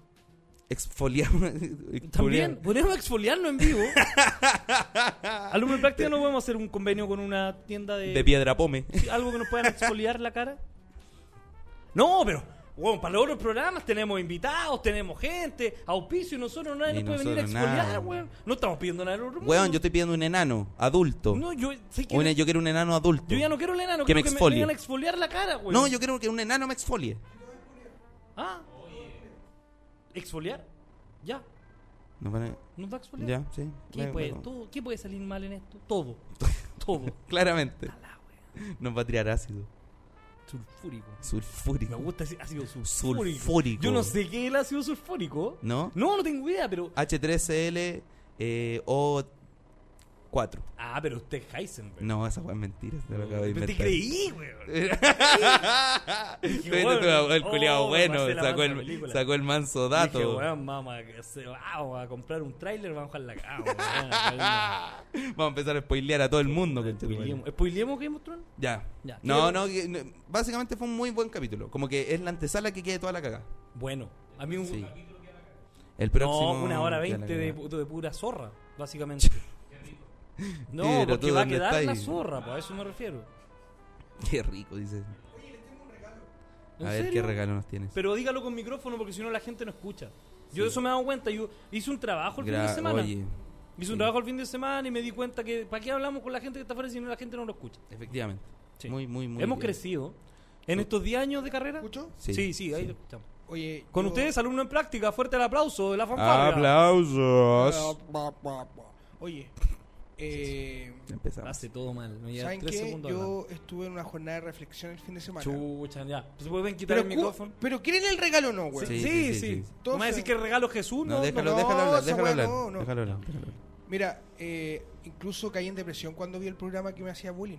Speaker 2: Exfoliamos. *laughs*
Speaker 1: También,
Speaker 2: exfoliamos.
Speaker 1: podríamos exfoliarlo en
Speaker 2: *laughs*
Speaker 1: vivo. Alumno en práctica no podemos hacer un convenio con una tienda de,
Speaker 2: De piedra pome.
Speaker 1: Sí, algo que nos puedan exfoliar la cara. No, pero bueno, para los otros programas tenemos invitados, tenemos gente, auspicio y nosotros nadie
Speaker 2: Y
Speaker 1: nos puede venir a
Speaker 2: nosotros
Speaker 1: exfoliar,
Speaker 2: nada.
Speaker 1: weón. No estamos pidiendo nada del otro mundo.
Speaker 2: Weón, yo estoy pidiendo un enano adulto.
Speaker 1: No, yo, sí que-
Speaker 2: Un- yo quiero un enano adulto.
Speaker 1: yo ya no quiero el enano,
Speaker 2: Que
Speaker 1: quiero
Speaker 2: me
Speaker 1: que me
Speaker 2: exfolie.
Speaker 1: vengan a exfoliar la cara, weón.
Speaker 2: No, yo quiero que un enano me exfolie.
Speaker 1: Ah. ¿Exfoliar? Ya.
Speaker 2: Nos van a-
Speaker 1: ¿Nos va a expoliar?
Speaker 2: Ya, sí.
Speaker 1: ¿Qué,
Speaker 2: Me-
Speaker 1: puede,
Speaker 2: me-
Speaker 1: todo- ¿Qué puede salir mal en esto?
Speaker 2: *laughs*
Speaker 1: Todo. Todo.
Speaker 2: Claramente. Nos va a tirar ácido.
Speaker 1: Sulfúrico. Me
Speaker 2: Sulfúrico.
Speaker 1: gusta ese ácido sulfúrico.
Speaker 2: Sulfúrico.
Speaker 1: Yo no sé qué es el ácido sulfúrico.
Speaker 2: ¿No?
Speaker 1: No, no tengo idea, pero.
Speaker 2: H3L eh, O4.
Speaker 1: Ah, pero usted es Heisenberg.
Speaker 2: No, esa weá es mentira. Se lo acabo de
Speaker 1: Pero te
Speaker 2: inventar. *laughs* Eh,
Speaker 1: creí, weón.
Speaker 2: Vete tú, el
Speaker 1: oh,
Speaker 2: culiao
Speaker 1: me
Speaker 2: bueno.
Speaker 1: pasé la mano
Speaker 2: Sacó
Speaker 1: de
Speaker 2: el,
Speaker 1: película.
Speaker 2: sacó el manso dato.
Speaker 1: Dije, weón, vamos a, se- vamos a comprar un tráiler, vamos a jugar la cama.
Speaker 2: *laughs* Vamos a empezar a spoilear a todo el mundo. conchetumare.
Speaker 1: ¿Spoileamos Game of Thrones?
Speaker 2: Ya.
Speaker 1: Ya,
Speaker 2: No,
Speaker 1: quiero-
Speaker 2: no, que- no, Básicamente fue un muy buen capítulo. Como que es la antesala que queda toda la cagada.
Speaker 1: Bueno, a mí un,
Speaker 2: Sí. El próximo.
Speaker 1: no, una hora
Speaker 2: queda la
Speaker 1: veinte de,
Speaker 2: cagada.
Speaker 1: pu- de pura zorra, básicamente.
Speaker 2: Sí,
Speaker 1: *laughs* no,
Speaker 2: pero
Speaker 1: porque
Speaker 2: tú,
Speaker 1: va a
Speaker 2: ¿dónde
Speaker 1: quedar la
Speaker 2: estáis?
Speaker 1: zorra, pues a eso me refiero.
Speaker 2: *laughs* Qué rico, dices.
Speaker 1: ¿En
Speaker 2: A ver
Speaker 1: serio?
Speaker 2: qué regalo nos tienes.
Speaker 1: Pero dígalo con micrófono porque si no la gente no escucha. Yo de eso me he dado cuenta, yo hice un trabajo el fin de
Speaker 2: Gra-
Speaker 1: semana.
Speaker 2: Oye,
Speaker 1: hice
Speaker 2: sí.
Speaker 1: un trabajo el fin de semana y me di cuenta que ¿para qué hablamos con la gente que está afuera si no la gente no lo escucha?
Speaker 2: efectivamente.
Speaker 1: Sí.
Speaker 2: Muy, muy, muy.
Speaker 1: Hemos
Speaker 2: bien.
Speaker 1: crecido en estos 10 años de carrera.
Speaker 6: ¿Escucho?
Speaker 2: Sí,
Speaker 1: sí, ahí
Speaker 2: sí.
Speaker 1: lo escuchamos.
Speaker 6: Oye.
Speaker 1: Con
Speaker 6: yo-
Speaker 1: ustedes, alumno en práctica, fuerte el aplauso de
Speaker 2: Ah,
Speaker 1: la fanfarria.
Speaker 2: Aplausos.
Speaker 6: Oye. Eh,
Speaker 2: Empezamos.
Speaker 1: Hace todo mal, no lleva
Speaker 6: ¿Saben
Speaker 1: 3
Speaker 6: qué?
Speaker 1: segundos. hablando.
Speaker 6: Yo estuve en una jornada de reflexión el fin de semana.
Speaker 1: Chucha, ya. ¿Se pueden quitar
Speaker 6: Pero,
Speaker 1: el
Speaker 6: cu-
Speaker 1: micrófono?
Speaker 6: pero ¿quieren el regalo o no, güey?
Speaker 2: Sí,
Speaker 1: Sí, sí. ¿No me vas a decir
Speaker 6: Entonces-
Speaker 1: que regalo Jesús?
Speaker 2: No,
Speaker 1: No,
Speaker 2: déjalo,
Speaker 6: no,
Speaker 2: déjalo hablar,
Speaker 6: esa
Speaker 2: déjalo
Speaker 6: weá
Speaker 2: hablar.
Speaker 6: no, no.
Speaker 2: Déjalo hablar, déjalo hablar.
Speaker 6: Mira, eh, incluso caí en depresión cuando vi el programa que me hacía bullying.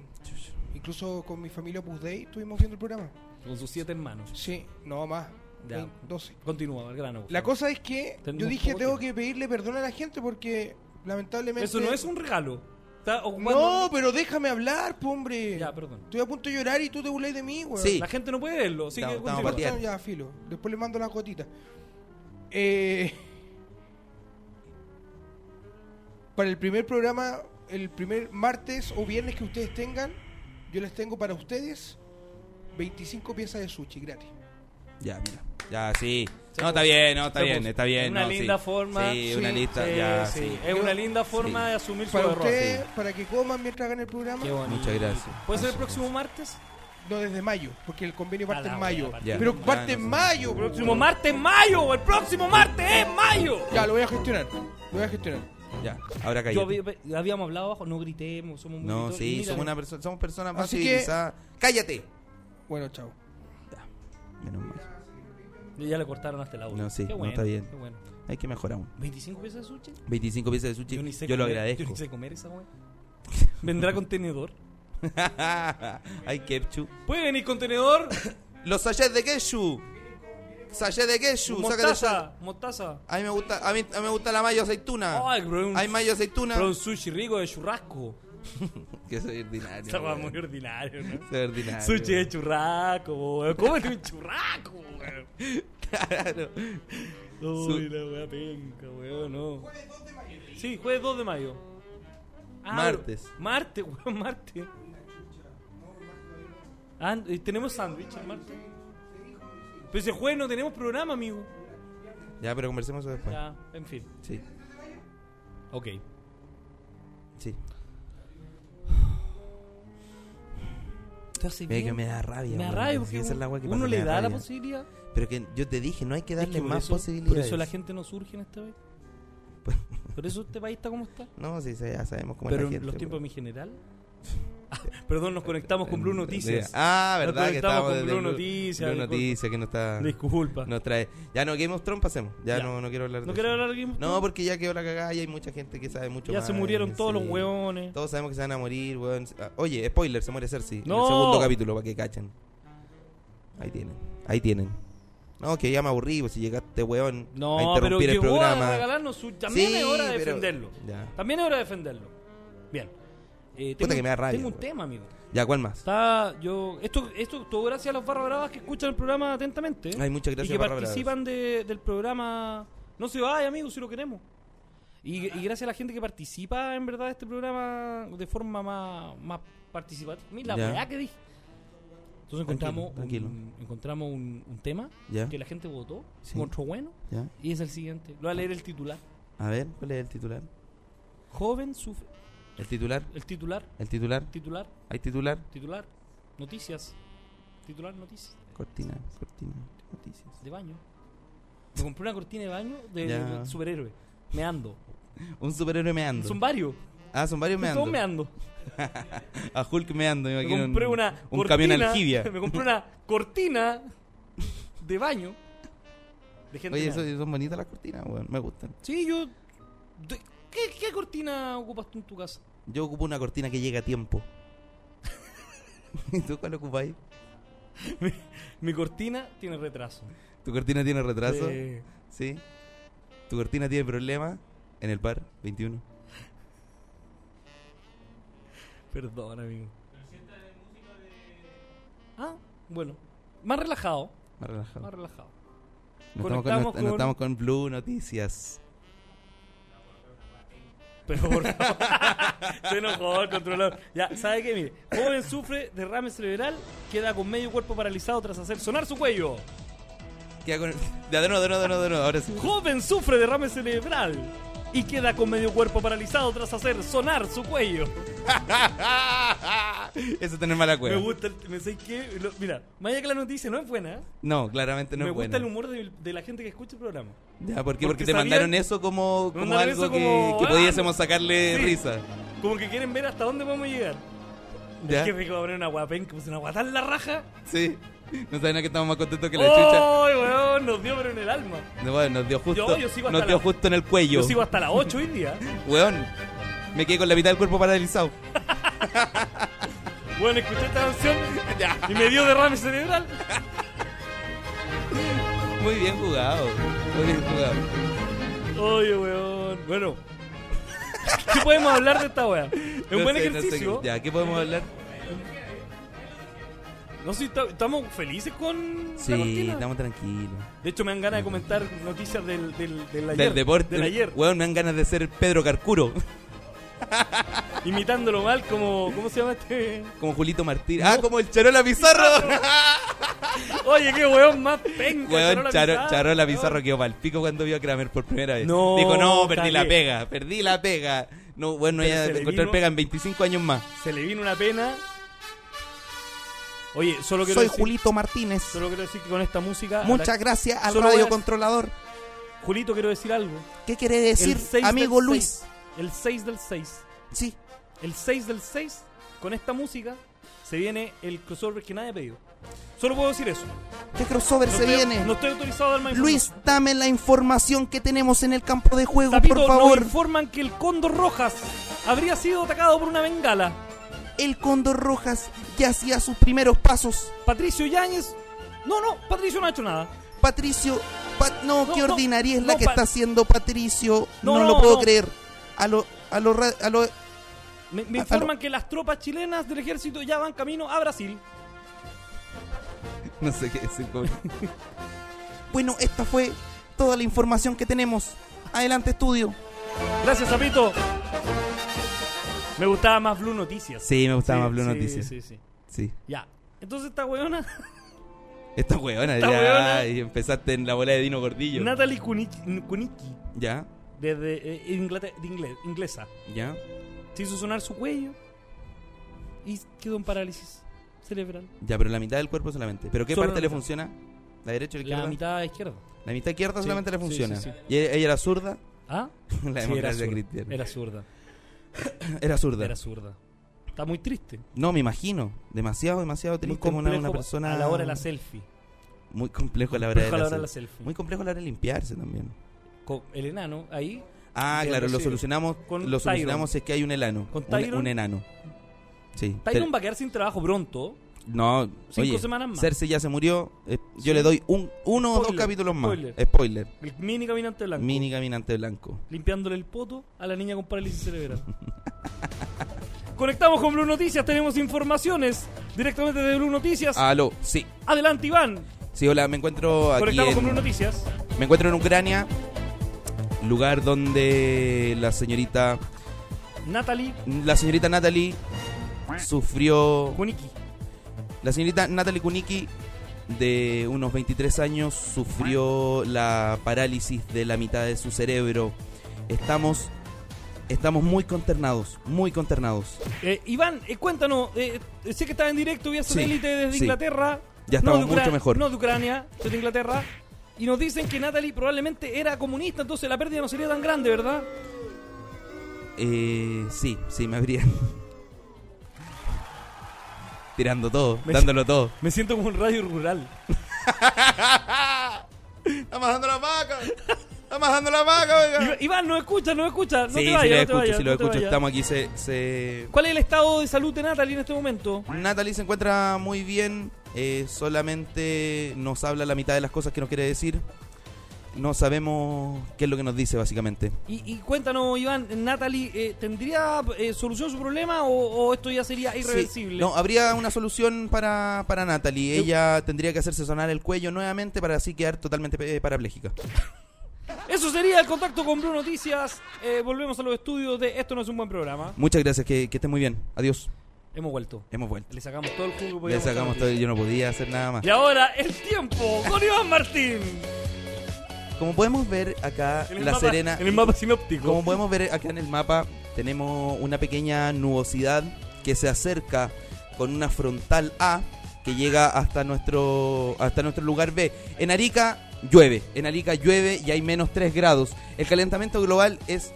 Speaker 6: Incluso con mi familia Opus Dei estuvimos viendo el programa.
Speaker 1: no. Con sus siete hermanos.
Speaker 6: Sí, no más.
Speaker 1: Ya.
Speaker 6: vein- 12.
Speaker 1: Continúa, al grano. por
Speaker 6: La
Speaker 1: favor.
Speaker 6: cosa es que
Speaker 1: Tenemos
Speaker 6: yo dije,
Speaker 1: poco
Speaker 6: tengo
Speaker 1: tiempo.
Speaker 6: que pedirle perdón a la gente porque lamentablemente...
Speaker 1: Eso no es un regalo. Está ocupando-
Speaker 6: No, pero déjame hablar, po, hombre.
Speaker 1: Ya, perdón.
Speaker 6: Estoy a punto de llorar y tú te burlas de mí, güey.
Speaker 2: Sí.
Speaker 1: La gente no puede verlo, así
Speaker 2: Estamos-
Speaker 1: que
Speaker 2: estamos
Speaker 1: continúa.
Speaker 2: partiendo. Patear.
Speaker 6: Ya, filo. Después le mando las gotitas. Eh, para el primer programa, el primer martes o viernes que ustedes tengan, yo les tengo para ustedes 25 piezas de sushi gratis.
Speaker 2: Ya, mira. Ya, sí.
Speaker 1: Se puso.
Speaker 2: no, está bien, no, está
Speaker 1: Se
Speaker 2: bien,
Speaker 1: puso.
Speaker 2: está bien.
Speaker 1: Una
Speaker 2: no, sí.
Speaker 1: linda forma.
Speaker 2: Sí, una
Speaker 6: Sí,
Speaker 2: lista,
Speaker 1: Sí,
Speaker 2: ya,
Speaker 1: sí. Eh,
Speaker 2: sí.
Speaker 1: Es una linda forma
Speaker 2: Sí.
Speaker 1: de asumir su
Speaker 6: Para
Speaker 1: error.
Speaker 6: ustedes, para que coman mientras hagan el programa.
Speaker 1: Qué bonito.
Speaker 2: Muchas gracias.
Speaker 1: ¿Puede ser el próximo martes?
Speaker 6: No, desde mayo, porque el convenio
Speaker 1: A
Speaker 6: parte
Speaker 1: la
Speaker 6: en
Speaker 1: wea,
Speaker 6: mayo.
Speaker 1: parte
Speaker 2: Ya.
Speaker 6: Pero
Speaker 2: Ya,
Speaker 6: parte
Speaker 2: no
Speaker 6: en
Speaker 2: sé.
Speaker 6: mayo.
Speaker 1: El próximo martes es mayo. El próximo martes es mayo.
Speaker 6: Ya, lo voy a gestionar. Lo voy a gestionar.
Speaker 2: Ya, ahora
Speaker 1: Yo
Speaker 2: cállate.
Speaker 1: había- habíamos hablado abajo, no gritemos, somos muy
Speaker 2: No,
Speaker 1: gritores.
Speaker 2: sí,
Speaker 1: Mira,
Speaker 2: somos, una persona, somos personas más
Speaker 6: Así que-
Speaker 2: civilizadas. ¡Cállate!
Speaker 6: Bueno, chao.
Speaker 2: Ya, menos mal.
Speaker 1: Ya le cortaron hasta el audio.
Speaker 2: No, sí,
Speaker 1: Qué
Speaker 2: no,
Speaker 1: bueno,
Speaker 2: está bien.
Speaker 1: qué bueno.
Speaker 2: Hay que mejorar aún.
Speaker 1: 25 pesos de sushi.
Speaker 2: 25 piezas de sushi. Yo, lo
Speaker 1: comer-
Speaker 2: agradezco. *laughs*
Speaker 1: Yo ni sé comer esa wea. ¿Vendrá con tenedor?
Speaker 2: Hay ketchup.
Speaker 1: ¿Puede venir con tenedor?
Speaker 2: *laughs* Los sachets de ketchup. Sachet de ketchup. Sácate esa-
Speaker 1: mostaza, mostaza.
Speaker 2: A mí me gusta, a mí, a mí me gusta la mayo aceituna.
Speaker 1: Ay, bro, un-
Speaker 2: Hay mayo aceituna.
Speaker 1: Pero un sushi rico de churrasco.
Speaker 2: Que soy ordinario.
Speaker 1: Esa wea
Speaker 2: weón.
Speaker 1: muy ordinaria, ¿no?
Speaker 2: Soy ordinario.
Speaker 1: Sushi eh. de churrasco, weón. Cómete un churrasco, weón.
Speaker 2: Claro.
Speaker 1: Uy, la weá penca, weón, no. Sí, jueves 2 de mayo. Ah,
Speaker 2: Martes.
Speaker 1: pero- Martes, weón, martes. Ah, eh, ¿tenemos sándwich el martes? Pero ese jueves no tenemos programa, amigo.
Speaker 2: Ya, pero conversemos eso después.
Speaker 1: Ya, en fin.
Speaker 2: Sí,
Speaker 1: Ok.
Speaker 2: sí.
Speaker 1: ¿Te hace
Speaker 2: Mira que me da rabia.
Speaker 1: Me da
Speaker 2: weón.
Speaker 1: rabia
Speaker 2: Sí,
Speaker 1: porque
Speaker 2: esa es la
Speaker 1: uno,
Speaker 2: weá que
Speaker 1: uno
Speaker 2: pasa, me
Speaker 1: le da la
Speaker 2: rabia.
Speaker 1: posibilidad.
Speaker 2: Pero que yo te dije, no hay que darle
Speaker 1: Es que por
Speaker 2: más
Speaker 1: eso-
Speaker 2: posibilidades.
Speaker 1: Por eso la gente no surge en este país.
Speaker 2: *laughs*
Speaker 1: Por eso este país está como está.
Speaker 2: No, sí, sí, ya sabemos cómo es
Speaker 1: Pero en
Speaker 2: Pues, la gente. pues.
Speaker 1: los tiempos de
Speaker 2: weón.
Speaker 1: mi general. *laughs* Ah, Perdón, nos conectamos con Blue Noticias.
Speaker 2: Mm, Ah,
Speaker 1: Nos
Speaker 2: verdad que
Speaker 1: conectamos
Speaker 2: estábamos
Speaker 1: con
Speaker 2: desde
Speaker 1: Blue Noticias,
Speaker 2: Blue
Speaker 1: disculpa.
Speaker 2: Noticias que no está.
Speaker 1: Disculpa. No,
Speaker 2: Nos trae. Ya no, Game of Thrones pasemos. Ya,
Speaker 1: Ya.
Speaker 2: No, no quiero hablar de
Speaker 1: quiero
Speaker 2: eso.
Speaker 1: hablar de Game of
Speaker 2: No,
Speaker 1: Thrones.
Speaker 2: porque ya quedó la cagada y hay mucha gente que sabe mucho
Speaker 1: Ya
Speaker 2: más,
Speaker 1: se murieron
Speaker 2: eh,
Speaker 1: todos
Speaker 2: sí.
Speaker 1: los hueones.
Speaker 2: Todos sabemos que se van a morir, weón. Ah, Oye, spoiler, se muere Cersei. En
Speaker 1: No.
Speaker 2: el segundo capítulo, para que cachen. Ahí tienen. Ahí tienen. No, que ya me aburrí, pues, si llegaste, weón, a
Speaker 1: No, pero
Speaker 2: interrumpir el
Speaker 1: llegó a
Speaker 2: programa.
Speaker 1: regalarnos su. También
Speaker 2: Sí,
Speaker 1: es hora de
Speaker 2: pero-
Speaker 1: defenderlo.
Speaker 2: Ya.
Speaker 1: También es hora de defenderlo. Bien. Eh,
Speaker 2: Puta
Speaker 1: tengo,
Speaker 2: que me da rabia,
Speaker 1: tengo un
Speaker 2: weón.
Speaker 1: tema, amigo.
Speaker 2: Ya, ¿cuál más?
Speaker 1: Está, yo, esto, esto todo gracias a los barra bravas que escuchan el programa atentamente. ¿eh?
Speaker 2: Ay, muchas gracias,
Speaker 1: Y que
Speaker 2: barra
Speaker 1: participan de- del programa. No se vaya, amigo, si lo queremos. Y, y gracias a la gente que participa, en verdad, de este programa de forma más, más participativa. Mira la
Speaker 2: Ya.
Speaker 1: weá que dije. Entonces encontramos,
Speaker 2: Tranquilo,
Speaker 1: Un, encontramos un, un tema
Speaker 2: Ya.
Speaker 1: que la gente votó,
Speaker 2: Sí.
Speaker 1: encontró bueno,
Speaker 2: Ya.
Speaker 1: y es el siguiente. Lo voy a leer el titular.
Speaker 2: A ver, ¿cuál es el titular?
Speaker 1: Joven sufre.
Speaker 2: ¿El titular?
Speaker 1: El titular,
Speaker 2: ¿El titular?
Speaker 1: titular,
Speaker 2: ¿Hay titular?
Speaker 1: titular. Noticias. Titular, noticias.
Speaker 2: Cortina, cortina, noticias.
Speaker 1: de baño. Me compré una cortina de baño de
Speaker 2: Ya.
Speaker 1: superhéroe. meando.
Speaker 2: Un superhéroe meando.
Speaker 1: Son varios.
Speaker 2: ah, son varios meando.
Speaker 1: Todos meando.
Speaker 2: A Hulk meando, me
Speaker 1: Me
Speaker 2: imagino.
Speaker 1: compré
Speaker 2: un-
Speaker 1: una
Speaker 2: Un
Speaker 1: cortina,
Speaker 2: camión aljibia.
Speaker 1: *laughs* Me compré una cortina de baño de gente.
Speaker 2: Oye,
Speaker 1: meando.
Speaker 2: eso- son bonitas las cortinas, weón. Me gustan.
Speaker 1: Sí, yo. de- ¿Qué, qué cortina ocupas tú en tu casa?
Speaker 2: Yo ocupo una cortina que llega a tiempo. *laughs* ¿Y tú cuál ocupáis?
Speaker 1: Mi cortina tiene retraso. Eh,
Speaker 2: ¿Tu cortina tiene retraso?
Speaker 1: Sí.
Speaker 2: ¿Sí? ¿Tu cortina tiene problemas? En el par 21.
Speaker 1: Perdón, amigo. Ah, bueno. Más relajado.
Speaker 2: Más relajado.
Speaker 1: Más relajado.
Speaker 2: Nos estamos con,
Speaker 1: Conectamos
Speaker 2: nos- nos
Speaker 1: con-
Speaker 2: estamos con Blue Noticias.
Speaker 1: Pero por favor, *laughs* se enojó el controlador. Ya, ¿sabe qué? Mire, joven sufre derrame cerebral, queda con medio cuerpo paralizado tras hacer sonar su cuello.
Speaker 2: Queda con el- *laughs* Ya, de nuevo, de nuevo, de nuevo, de nuevo. Ahora sí.
Speaker 1: Joven sufre derrame cerebral y queda con medio cuerpo paralizado tras hacer sonar su cuello.
Speaker 2: Eso es tener mala cueva.
Speaker 1: Me gusta, el- me sé que, lo- mira, más allá que la noticia no es buena, ¿eh?
Speaker 2: No, claramente no
Speaker 1: me
Speaker 2: es
Speaker 1: gusta
Speaker 2: bueno.
Speaker 1: el humor de, de la gente que escucha el programa.
Speaker 2: Ya, ¿por qué? Porque,
Speaker 1: porque
Speaker 2: te
Speaker 1: sabían-
Speaker 2: mandaron eso como,
Speaker 1: Me
Speaker 2: como
Speaker 1: mandaron
Speaker 2: algo
Speaker 1: eso
Speaker 2: que,
Speaker 1: como,
Speaker 2: que
Speaker 1: "Ah,
Speaker 2: pudiésemos sacarle
Speaker 1: sí".
Speaker 2: risa.
Speaker 1: Como que quieren ver hasta dónde podemos llegar.
Speaker 2: ¿Ya?
Speaker 1: Es que me iba a poner una guapenca, puse una guatán en la raja.
Speaker 2: Sí. No saben a qué estamos más contentos que la chucha.
Speaker 1: ¡Ay, weón! Nos dio pero en el alma.
Speaker 2: No, bueno, nos dio justo,
Speaker 1: Oh. Yo- yo sigo
Speaker 2: nos
Speaker 1: hasta
Speaker 2: dio
Speaker 1: la-
Speaker 2: justo en el cuello.
Speaker 1: Yo sigo hasta las 8 hoy
Speaker 2: *laughs*
Speaker 1: día.
Speaker 2: Weón, me quedé con la mitad del cuerpo paralizado.
Speaker 1: Bueno, escuché esta
Speaker 2: *laughs*
Speaker 1: canción y me dio derrame cerebral.
Speaker 2: Muy bien jugado. Muy bien jugado.
Speaker 1: Oye, weón. Bueno. *laughs* ¿Qué podemos hablar de esta weá? Es un
Speaker 2: No
Speaker 1: buen
Speaker 2: sé, no sé
Speaker 1: ejercicio.
Speaker 2: qué- ya, ¿qué podemos hablar?
Speaker 1: No sé, ta- estamos felices con la
Speaker 2: Sí,
Speaker 1: cortina.
Speaker 2: estamos tranquilos.
Speaker 1: De hecho, me dan ganas de comentar noticias del, del, del ayer.
Speaker 2: Del deporte.
Speaker 1: Del ayer.
Speaker 2: Weón, me dan ganas de ser Pedro Carcuro. *laughs*
Speaker 1: Imitándolo mal como... ¿Cómo se llama este?
Speaker 2: Como Julito Martínez. Ah, como el
Speaker 1: *laughs*
Speaker 2: Charola Pizarro.
Speaker 1: Oye, qué weón más penca.
Speaker 2: Weón,
Speaker 1: Charola
Speaker 2: Charo,
Speaker 1: Pizarro,
Speaker 2: Charola
Speaker 1: weón.
Speaker 2: Pizarro quedó pa'l pico cuando vio a Kramer por primera vez.
Speaker 1: No,
Speaker 2: Dijo, no,
Speaker 1: cagué".
Speaker 2: perdí la pega, perdí la pega. No, bueno,
Speaker 1: Pero
Speaker 2: ya
Speaker 1: se le
Speaker 2: encontrar
Speaker 1: vino-
Speaker 2: pega en 25 años más. *laughs*
Speaker 1: Se le vino una pena. Oye, solo quiero
Speaker 2: Soy
Speaker 1: decir...
Speaker 2: Julito Martínez.
Speaker 1: Solo quiero decir que con esta música... a la-
Speaker 2: Muchas gracias al
Speaker 1: Solo voy a-
Speaker 2: radiocontrolador.
Speaker 1: Julito, quiero decir algo.
Speaker 2: ¿Qué quiere decir,
Speaker 1: El seis
Speaker 2: amigo
Speaker 1: del
Speaker 2: Luis?
Speaker 1: El 6 del 6.
Speaker 2: Sí.
Speaker 1: El 6 del 6, con esta música, se viene el crossover que nadie ha pedido. Solo puedo decir eso.
Speaker 2: ¿Qué crossover
Speaker 1: No
Speaker 2: se
Speaker 1: estoy-
Speaker 2: viene?
Speaker 1: No estoy autorizado a dar más
Speaker 2: Luis, dame la información que tenemos en el campo de juego,
Speaker 1: Zapito, nos
Speaker 2: por favor.
Speaker 1: informan que el Cóndor Rojas habría sido atacado por una bengala.
Speaker 2: El Cóndor Rojas ya hacía sus primeros pasos.
Speaker 1: Patricio Yáñez... No, no, Patricio no ha hecho nada.
Speaker 2: Patricio, Pa- no,
Speaker 1: No,
Speaker 2: qué
Speaker 1: no,
Speaker 2: ordinaria es
Speaker 1: no,
Speaker 2: la que
Speaker 1: Pa-
Speaker 2: está haciendo Patricio.
Speaker 1: No,
Speaker 2: No,
Speaker 1: no,
Speaker 2: lo puedo
Speaker 1: no.
Speaker 2: creer. A lo, a lo, ra- a lo-
Speaker 1: Me, me
Speaker 2: Ah,
Speaker 1: informan que las tropas chilenas del ejército ya van camino a Brasil.
Speaker 2: No sé qué decir. como- *laughs* bueno, esta fue toda la información que tenemos. Adelante, estudio.
Speaker 1: Gracias, Zapito. Me gustaba más Blue Noticias.
Speaker 2: Sí, me gustaba más Blue
Speaker 1: sí,
Speaker 2: Noticias.
Speaker 1: Sí, sí.
Speaker 2: Sí.
Speaker 1: Ya. Entonces esta weona,
Speaker 2: Esta huevona,
Speaker 1: Esta
Speaker 2: ya
Speaker 1: huevona.
Speaker 2: y empezaste en la bola de Dino Gordillo.
Speaker 1: Natalie Kuniki, Kuniki,
Speaker 2: Ya,
Speaker 1: desde eh, Inglaterra, de ingle- inglesa,
Speaker 2: ya.
Speaker 1: se hizo sonar su cuello y quedó en parálisis cerebral.
Speaker 2: Ya, pero la mitad del cuerpo solamente. ¿Pero qué
Speaker 1: Solo
Speaker 2: parte
Speaker 1: la
Speaker 2: le
Speaker 1: mitad.
Speaker 2: funciona? ¿La derecha o la izquierda?
Speaker 1: La mitad izquierda.
Speaker 2: La mitad izquierda
Speaker 1: Sí,
Speaker 2: solamente le
Speaker 1: sí,
Speaker 2: funciona.
Speaker 1: sí, sí.
Speaker 2: Y e-, ella, ella era zurda. *laughs*
Speaker 1: ¿Ah?
Speaker 2: la
Speaker 1: Sí, era
Speaker 2: democracia
Speaker 1: zurda,
Speaker 2: cristiana.
Speaker 1: Era zurda.
Speaker 2: Era zurda.
Speaker 1: Era zurda. Está muy triste.
Speaker 2: No, me imagino. Demasiado, demasiado
Speaker 1: Muy
Speaker 2: triste como una, una
Speaker 1: complejo
Speaker 2: persona.
Speaker 1: A la hora de la selfie.
Speaker 2: Muy complejo a la hora de
Speaker 1: Complejo
Speaker 2: la,
Speaker 1: a la hora de la
Speaker 2: selfie.
Speaker 1: selfie.
Speaker 2: Muy complejo a la hora de limpiarse también.
Speaker 1: Con el enano ahí
Speaker 2: Ah,
Speaker 1: Pero
Speaker 2: claro, lo
Speaker 1: sí.
Speaker 2: solucionamos.
Speaker 1: Con
Speaker 2: lo solucionamos
Speaker 1: Tyron.
Speaker 2: si es que hay un enano.
Speaker 1: Con
Speaker 2: un-
Speaker 1: Tyron.
Speaker 2: Un, enano. Sí.
Speaker 1: Tyron
Speaker 2: Te-
Speaker 1: va a quedar sin trabajo pronto.
Speaker 2: No,
Speaker 1: Cinco
Speaker 2: oye,
Speaker 1: semanas más.
Speaker 2: Cersei ya se murió. eh,
Speaker 1: Sí.
Speaker 2: Yo le doy un, uno o dos
Speaker 1: Spoiler,
Speaker 2: capítulos más.
Speaker 1: spoiler.
Speaker 2: Spoiler.
Speaker 1: El mini caminante blanco.
Speaker 2: Mini caminante blanco.
Speaker 1: Limpiándole el poto a la niña con parálisis cerebral. *laughs* Conectamos con Blue Noticias. Tenemos informaciones directamente de Blue Noticias.
Speaker 2: Aló, sí.
Speaker 1: Adelante, Iván.
Speaker 2: Sí, hola, me encuentro aquí
Speaker 1: Conectamos con
Speaker 2: en-
Speaker 1: Blue Noticias.
Speaker 2: Me encuentro en Ucrania, lugar donde la señorita
Speaker 1: Natalie
Speaker 2: la señorita Natalie sufrió
Speaker 1: Kuniki.
Speaker 2: la señorita Natalie Kuniki de unos 23 años sufrió la parálisis de la mitad de su cerebro. Estamos estamos muy consternados, muy consternados.
Speaker 1: Eh, Iván, eh, cuéntanos. eh, eh, sé que estás en directo vía satélite desde
Speaker 2: sí.
Speaker 1: Inglaterra.
Speaker 2: Ya estamos
Speaker 1: de
Speaker 2: mucho
Speaker 1: Ucra-
Speaker 2: mejor.
Speaker 1: No de Ucrania, desde Inglaterra. Y nos dicen que Natalie probablemente era comunista, entonces la pérdida no sería tan grande, ¿verdad?
Speaker 2: Eh, sí, sí, me habrían. Tirando todo, dándolo *laughs* todo.
Speaker 1: Me siento como un radio rural.
Speaker 2: ¡Estamos dando la vaca! ¡Estamos dando la vaca, *laughs*
Speaker 1: Iva- Iván, no escucha, no escucha. No
Speaker 2: sí,
Speaker 1: te
Speaker 2: sí,
Speaker 1: vayas, no
Speaker 2: lo
Speaker 1: te
Speaker 2: escucho,
Speaker 1: vayas,
Speaker 2: sí, lo
Speaker 1: no te
Speaker 2: escucho.
Speaker 1: vayas.
Speaker 2: Estamos aquí, se- se,
Speaker 1: ¿Cuál es el estado de salud de Natalie en este momento?
Speaker 2: Natalie se encuentra muy bien, eh, solamente nos habla la mitad de las cosas que nos quiere decir. No sabemos qué es lo que nos dice, básicamente.
Speaker 1: Y, y cuéntanos, Iván, Natalie, eh, ¿tendría eh, solución su problema o, o esto ya sería irreversible?
Speaker 2: Sí. No, habría una solución para, para Natalie. Ella tendría que hacerse sonar el cuello nuevamente para así quedar totalmente eh, parapléjica.
Speaker 1: Eso sería el contacto con Blue Noticias. Eh, volvemos a los estudios de Esto no es un buen programa.
Speaker 2: Muchas gracias, que, que estés muy bien. Adiós.
Speaker 1: Hemos vuelto.
Speaker 2: Hemos vuelto.
Speaker 1: Le sacamos todo el jugo. que
Speaker 2: Le
Speaker 1: podíamos
Speaker 2: sacamos todo.
Speaker 1: sacarle.
Speaker 2: Yo no podía hacer nada más.
Speaker 1: Y ahora el tiempo con Iván Martín.
Speaker 2: Como podemos ver acá,
Speaker 1: En el
Speaker 2: La
Speaker 1: mapa-
Speaker 2: Serena.
Speaker 1: En el mapa sinóptico.
Speaker 2: Como podemos ver acá en el mapa, tenemos una pequeña nubosidad que se acerca con una frontal A que llega hasta nuestro, hasta nuestro lugar B. En Arica llueve, en Arica llueve y hay menos 3 grados. El calentamiento global es,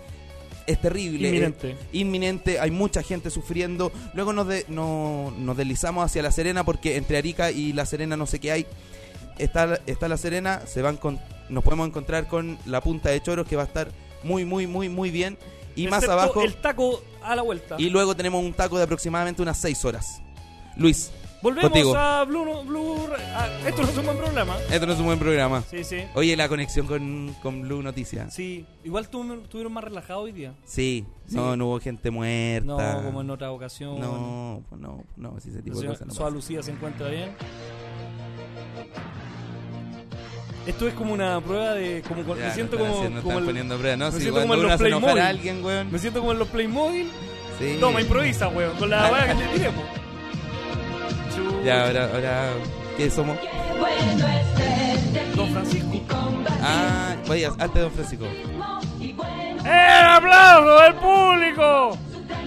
Speaker 2: es terrible.
Speaker 1: Inminente.
Speaker 2: es inminente, hay mucha gente sufriendo. Luego nos, de- no- nos deslizamos hacia La Serena porque entre Arica y La Serena no sé qué hay está, está La Serena, se van con, nos podemos encontrar con la punta de Choros que va a estar muy, muy, muy, muy bien. Y más
Speaker 1: Excepto
Speaker 2: abajo,
Speaker 1: El taco a la vuelta.
Speaker 2: y luego tenemos un taco de aproximadamente unas 6 horas. Luis,
Speaker 1: Volvemos
Speaker 2: contigo.
Speaker 1: a Blue. No- Blue a- esto no es un buen programa.
Speaker 2: esto no es un buen programa.
Speaker 1: Sí, sí.
Speaker 2: Oye, la conexión con, con Blue Noticias. Sí,
Speaker 1: Sí, igual tu- estuvieron más relajados hoy día.
Speaker 2: No,
Speaker 1: Sí.
Speaker 2: no hubo gente
Speaker 1: No,
Speaker 2: muerta.
Speaker 1: como en otra ocasión.
Speaker 2: No, pues no, no, si ese tipo de
Speaker 1: Soa-
Speaker 2: cosas no
Speaker 1: Soa
Speaker 2: pasa.
Speaker 1: Lucía se encuentra bien. Esto es como una prueba de. Como, con-
Speaker 2: Ya,
Speaker 1: me
Speaker 2: no
Speaker 1: siento
Speaker 2: están
Speaker 1: como.
Speaker 2: haciendo- no
Speaker 1: como
Speaker 2: están
Speaker 1: el-
Speaker 2: poniendo pruebas, ¿no?
Speaker 1: me
Speaker 2: Si
Speaker 1: siento
Speaker 2: cuando
Speaker 1: como en los
Speaker 2: uno se enojara a
Speaker 1: Playmobil.
Speaker 2: alguien, weón.
Speaker 1: me siento como en los Playmobil.
Speaker 2: Sí.
Speaker 1: Toma, improvisa, weón, con la weá que te tiremos. Chu-
Speaker 2: Ya, ahora, ahora, ¿qué somos?
Speaker 1: Don Francisco.
Speaker 2: Ah, vaya, antes de Don Francisco.
Speaker 1: ¡El ¡Eh, aplauso del público!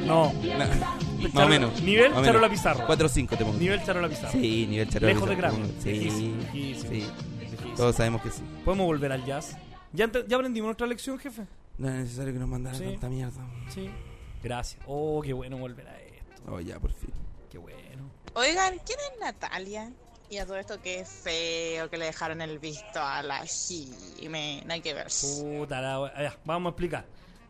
Speaker 1: No,
Speaker 2: No, Más o menos.
Speaker 1: Nivel
Speaker 2: Más o menos.
Speaker 1: Charola Pizarro.
Speaker 2: 4 o 5 te pongo.
Speaker 1: nivel Charola Pizarro.
Speaker 2: Sí, nivel Charola
Speaker 1: Lejos de
Speaker 2: Pizarro.
Speaker 1: Grande.
Speaker 2: Sí,
Speaker 1: Lejísimo, lejísimo.
Speaker 2: sí.
Speaker 1: Lejísimo.
Speaker 2: Todos sabemos que sí.
Speaker 1: ¿Podemos volver al jazz? ¿Ya, ent- ya aprendimos nuestra lección, jefe?
Speaker 2: No era necesario que nos mandaran
Speaker 1: Sí.
Speaker 2: tanta mierda.
Speaker 1: Sí. Gracias. Oh, qué bueno volver a esto.
Speaker 2: Oh, ya, por fin.
Speaker 1: Qué bueno.
Speaker 5: Oigan, ¿quién es Natalia? Y a todo esto que feo que le dejaron el visto a la Jime. Nada que ver.
Speaker 1: Puta la we- ya, Vamos a explicar.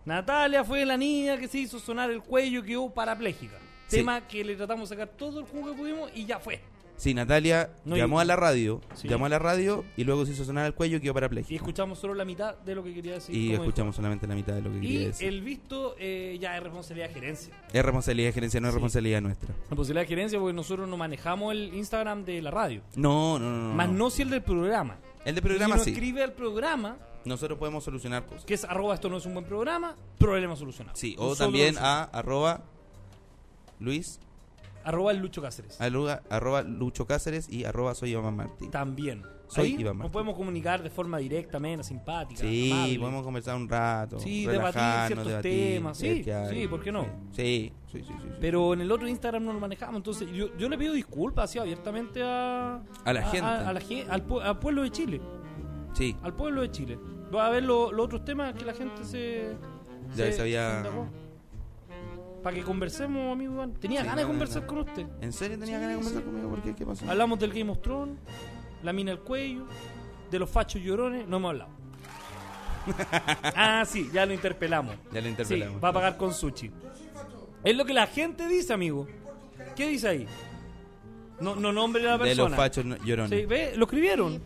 Speaker 1: Natalia fue la niña que se hizo sonar el cuello y quedó parapléjica.
Speaker 2: Sí.
Speaker 1: Tema que le tratamos de sacar todo el jugo que pudimos y ya fue.
Speaker 2: Sí, Natalia
Speaker 1: No,
Speaker 2: llamó
Speaker 1: y-
Speaker 2: a la radio.
Speaker 1: Sí.
Speaker 2: Llamó a la radio y luego se hizo sonar el cuello y quedó parapléjico.
Speaker 1: Y escuchamos solo la mitad de lo que quería decir.
Speaker 2: Y
Speaker 1: como dijo.
Speaker 2: escuchamos solamente la mitad de lo que quería
Speaker 1: Y
Speaker 2: decir.
Speaker 1: el visto eh, ya es responsabilidad de gerencia.
Speaker 2: Es responsabilidad de gerencia, no es
Speaker 1: Sí.
Speaker 2: responsabilidad nuestra.
Speaker 1: Responsabilidad de gerencia porque nosotros no manejamos el Instagram de la radio.
Speaker 2: No, no, no. no,
Speaker 1: Más
Speaker 2: no.
Speaker 1: no si el del programa.
Speaker 2: El de
Speaker 1: si
Speaker 2: programa
Speaker 1: uno
Speaker 2: sí.
Speaker 1: escribe el programa,
Speaker 2: Nosotros podemos solucionar cosas.
Speaker 1: que es arroba esto no es un buen programa, problema solucionado.
Speaker 2: Sí, o
Speaker 1: Nosotros
Speaker 2: también
Speaker 1: solucionamos.
Speaker 2: a arroba Luis
Speaker 1: Arroba el Lucho Cáceres.
Speaker 2: Aluga- arroba Lucho Cáceres y arroba soy Iván Martín.
Speaker 1: También.
Speaker 2: Soy
Speaker 1: Ahí
Speaker 2: Iván
Speaker 1: nos
Speaker 2: Martín.
Speaker 1: podemos comunicar de forma directa, amena, simpática.
Speaker 2: Sí,
Speaker 1: amable.
Speaker 2: podemos conversar un rato.
Speaker 1: Sí,
Speaker 2: relajarnos,
Speaker 1: debatir ciertos
Speaker 2: debatir,
Speaker 1: temas,
Speaker 2: ver
Speaker 1: sí,
Speaker 2: qué hay.
Speaker 1: sí, ¿por qué no?
Speaker 2: Sí, sí, sí, sí, sí.
Speaker 1: Pero en el otro Instagram no lo manejamos. Entonces, yo, yo le pido disculpas así abiertamente a.
Speaker 2: A la gente.
Speaker 1: a la gen- al, pue- al pueblo de Chile.
Speaker 2: Sí,
Speaker 1: Al pueblo de Chile. Va a ver lo- los otros temas que la gente se.
Speaker 2: Ya se había-
Speaker 1: Para que conversemos, amigo Iván. Tenía
Speaker 2: Sí,
Speaker 1: ganas de
Speaker 2: no, no,
Speaker 1: conversar
Speaker 2: no.
Speaker 1: con usted.
Speaker 2: ¿En serio tenía
Speaker 1: Sí,
Speaker 2: ganas de conversar
Speaker 1: sí.
Speaker 2: conmigo? ¿Por qué? ¿Qué pasó?
Speaker 1: Hablamos del Game of Thrones, la mina al cuello, de los fachos llorones, no hemos
Speaker 2: *laughs*
Speaker 1: hablado. ah, sí, ya lo interpelamos.
Speaker 2: Ya lo
Speaker 1: Sí,
Speaker 2: interpelamos.
Speaker 1: va a pagar con sushi. Es lo que la gente dice, amigo. ¿Qué dice ahí? No, no nombre a la
Speaker 2: de
Speaker 1: persona.
Speaker 2: los fachos no- llorones.
Speaker 1: Sí, ¿ve? Lo escribieron.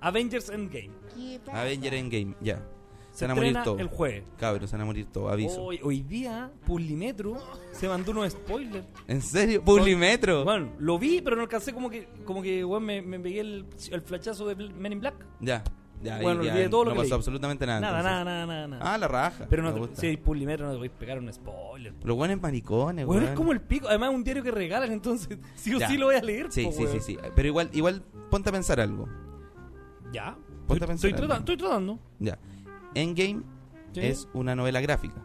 Speaker 1: Avengers Endgame.
Speaker 2: Avenger Endgame, ya. Se,
Speaker 1: Se
Speaker 2: van a morir
Speaker 1: estrena
Speaker 2: todos.
Speaker 1: el jueves.
Speaker 2: Cabros, se van a morir todos, aviso.
Speaker 1: Hoy, hoy día, Publimetro se mandó unos spoilers.
Speaker 2: ¿En serio? ¿Publimetro?
Speaker 1: Bueno, lo vi, pero no alcancé como que, como que weón, me, me pegué el, el flachazo de Bl- Men in Black.
Speaker 2: ya, ya. ahí
Speaker 1: Bueno,
Speaker 2: ya,
Speaker 1: olvidé todo lo
Speaker 2: no
Speaker 1: que
Speaker 2: pasó
Speaker 1: leí.
Speaker 2: absolutamente nada.
Speaker 1: Nada, nada,
Speaker 2: entonces.
Speaker 1: nada, nada, nada.
Speaker 2: Ah, la raja.
Speaker 1: Pero no
Speaker 2: me
Speaker 1: te-
Speaker 2: gusta.
Speaker 1: si hay pulimetro no te voy a pegar un spoiler.
Speaker 2: Los buenos maricones,
Speaker 1: Bueno, es
Speaker 2: weón.
Speaker 1: como el pico. Además, es un diario que regalan, entonces *laughs* sí o
Speaker 2: Ya.
Speaker 1: sí lo voy a leer.
Speaker 2: Sí,
Speaker 1: po,
Speaker 2: sí, sí,
Speaker 1: weón.
Speaker 2: sí. Pero igual, igual, ponte a pensar algo.
Speaker 1: Ya.
Speaker 2: Ponte
Speaker 1: Estoy,
Speaker 2: a pensar
Speaker 1: estoy trata-
Speaker 2: algo.
Speaker 1: estoy tratando.
Speaker 2: Ya. Endgame
Speaker 1: Sí. Ah.
Speaker 2: es una novela gráfica.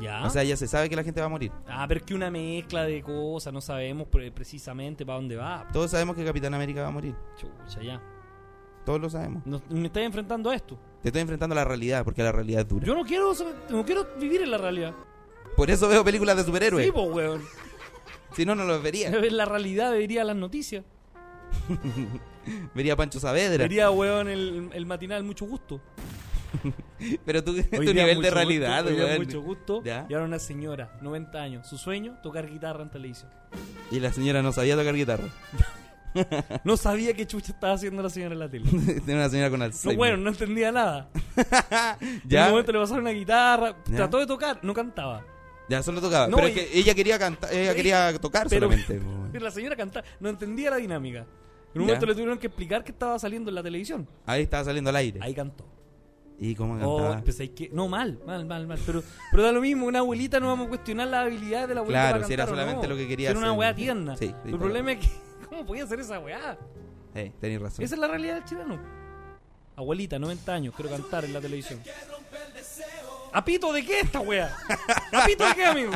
Speaker 1: Ya.
Speaker 2: O sea, ya se sabe que la gente va a morir.
Speaker 1: ah, pero es que una mezcla de cosas, no sabemos pre- precisamente para dónde va.
Speaker 2: Todos sabemos que Capitán América va a morir.
Speaker 1: Chucha, ya.
Speaker 2: Todos lo sabemos.
Speaker 1: Nos- me estoy enfrentando a esto.
Speaker 2: Te estoy enfrentando a la realidad porque la realidad es dura.
Speaker 1: Yo no quiero, no quiero vivir en la realidad.
Speaker 2: Por eso veo películas de superhéroes.
Speaker 1: Sí, po, weón. *laughs*
Speaker 2: si no, no los vería.
Speaker 1: En la realidad vería las noticias.
Speaker 2: Vería a Pancho Saavedra.
Speaker 1: Vería, weón, el, el matinal mucho gusto.
Speaker 2: Pero tú, *laughs* tu
Speaker 1: Hoy día
Speaker 2: nivel de
Speaker 1: Mucho
Speaker 2: realidad,
Speaker 1: Gusto, hoy día
Speaker 2: weón.
Speaker 1: mucho gusto.
Speaker 2: Ya.
Speaker 1: Y ahora una señora, 90 años. Su sueño, tocar guitarra en
Speaker 2: *laughs*
Speaker 1: televisión.
Speaker 2: Y la señora no sabía tocar guitarra. *laughs*
Speaker 1: No sabía qué chucha estaba haciendo la señora en la
Speaker 2: *laughs*
Speaker 1: tele.
Speaker 2: Tiene una señora con
Speaker 1: No,
Speaker 2: Alzheimer.
Speaker 1: bueno, no entendía
Speaker 2: *laughs*
Speaker 1: nada. En un
Speaker 2: ya,
Speaker 1: momento le pasaron una guitarra,
Speaker 2: Ya.
Speaker 1: trató de tocar, no cantaba.
Speaker 2: ya solo tocaba.
Speaker 1: No,
Speaker 2: pero
Speaker 1: y-
Speaker 2: es que ella quería cantar, ella
Speaker 1: Sí,
Speaker 2: quería tocar
Speaker 1: pero- *laughs*
Speaker 2: solamente. po, weón.
Speaker 1: Pero la señora cantaba, no entendía la dinámica. En un
Speaker 2: Ya.
Speaker 1: momento le tuvieron que explicar que estaba saliendo en la televisión.
Speaker 2: Ahí estaba saliendo al aire.
Speaker 1: Ahí cantó.
Speaker 2: ¿Y cómo
Speaker 1: Oh,
Speaker 2: cantaba?
Speaker 1: pues hay que... No, mal, mal, mal, mal. Pero, pero da lo mismo, una abuelita no vamos a cuestionar la habilidad de la abuelita.
Speaker 2: Claro,
Speaker 1: para
Speaker 2: si era
Speaker 1: cantar o
Speaker 2: solamente
Speaker 1: no.
Speaker 2: lo que quería
Speaker 1: Era una
Speaker 2: hacer.
Speaker 1: weá tierna.
Speaker 2: Sí, sí,
Speaker 1: el
Speaker 2: pero-
Speaker 1: problema es que, *laughs* ¿cómo podía hacer esa weá?
Speaker 2: Eh, tenéis razón.
Speaker 1: Esa es la realidad del chileno. Abuelita, 90 años, quiero cantar en la televisión. ¿Apito de qué esta weá? ¿Apito de qué, amigo?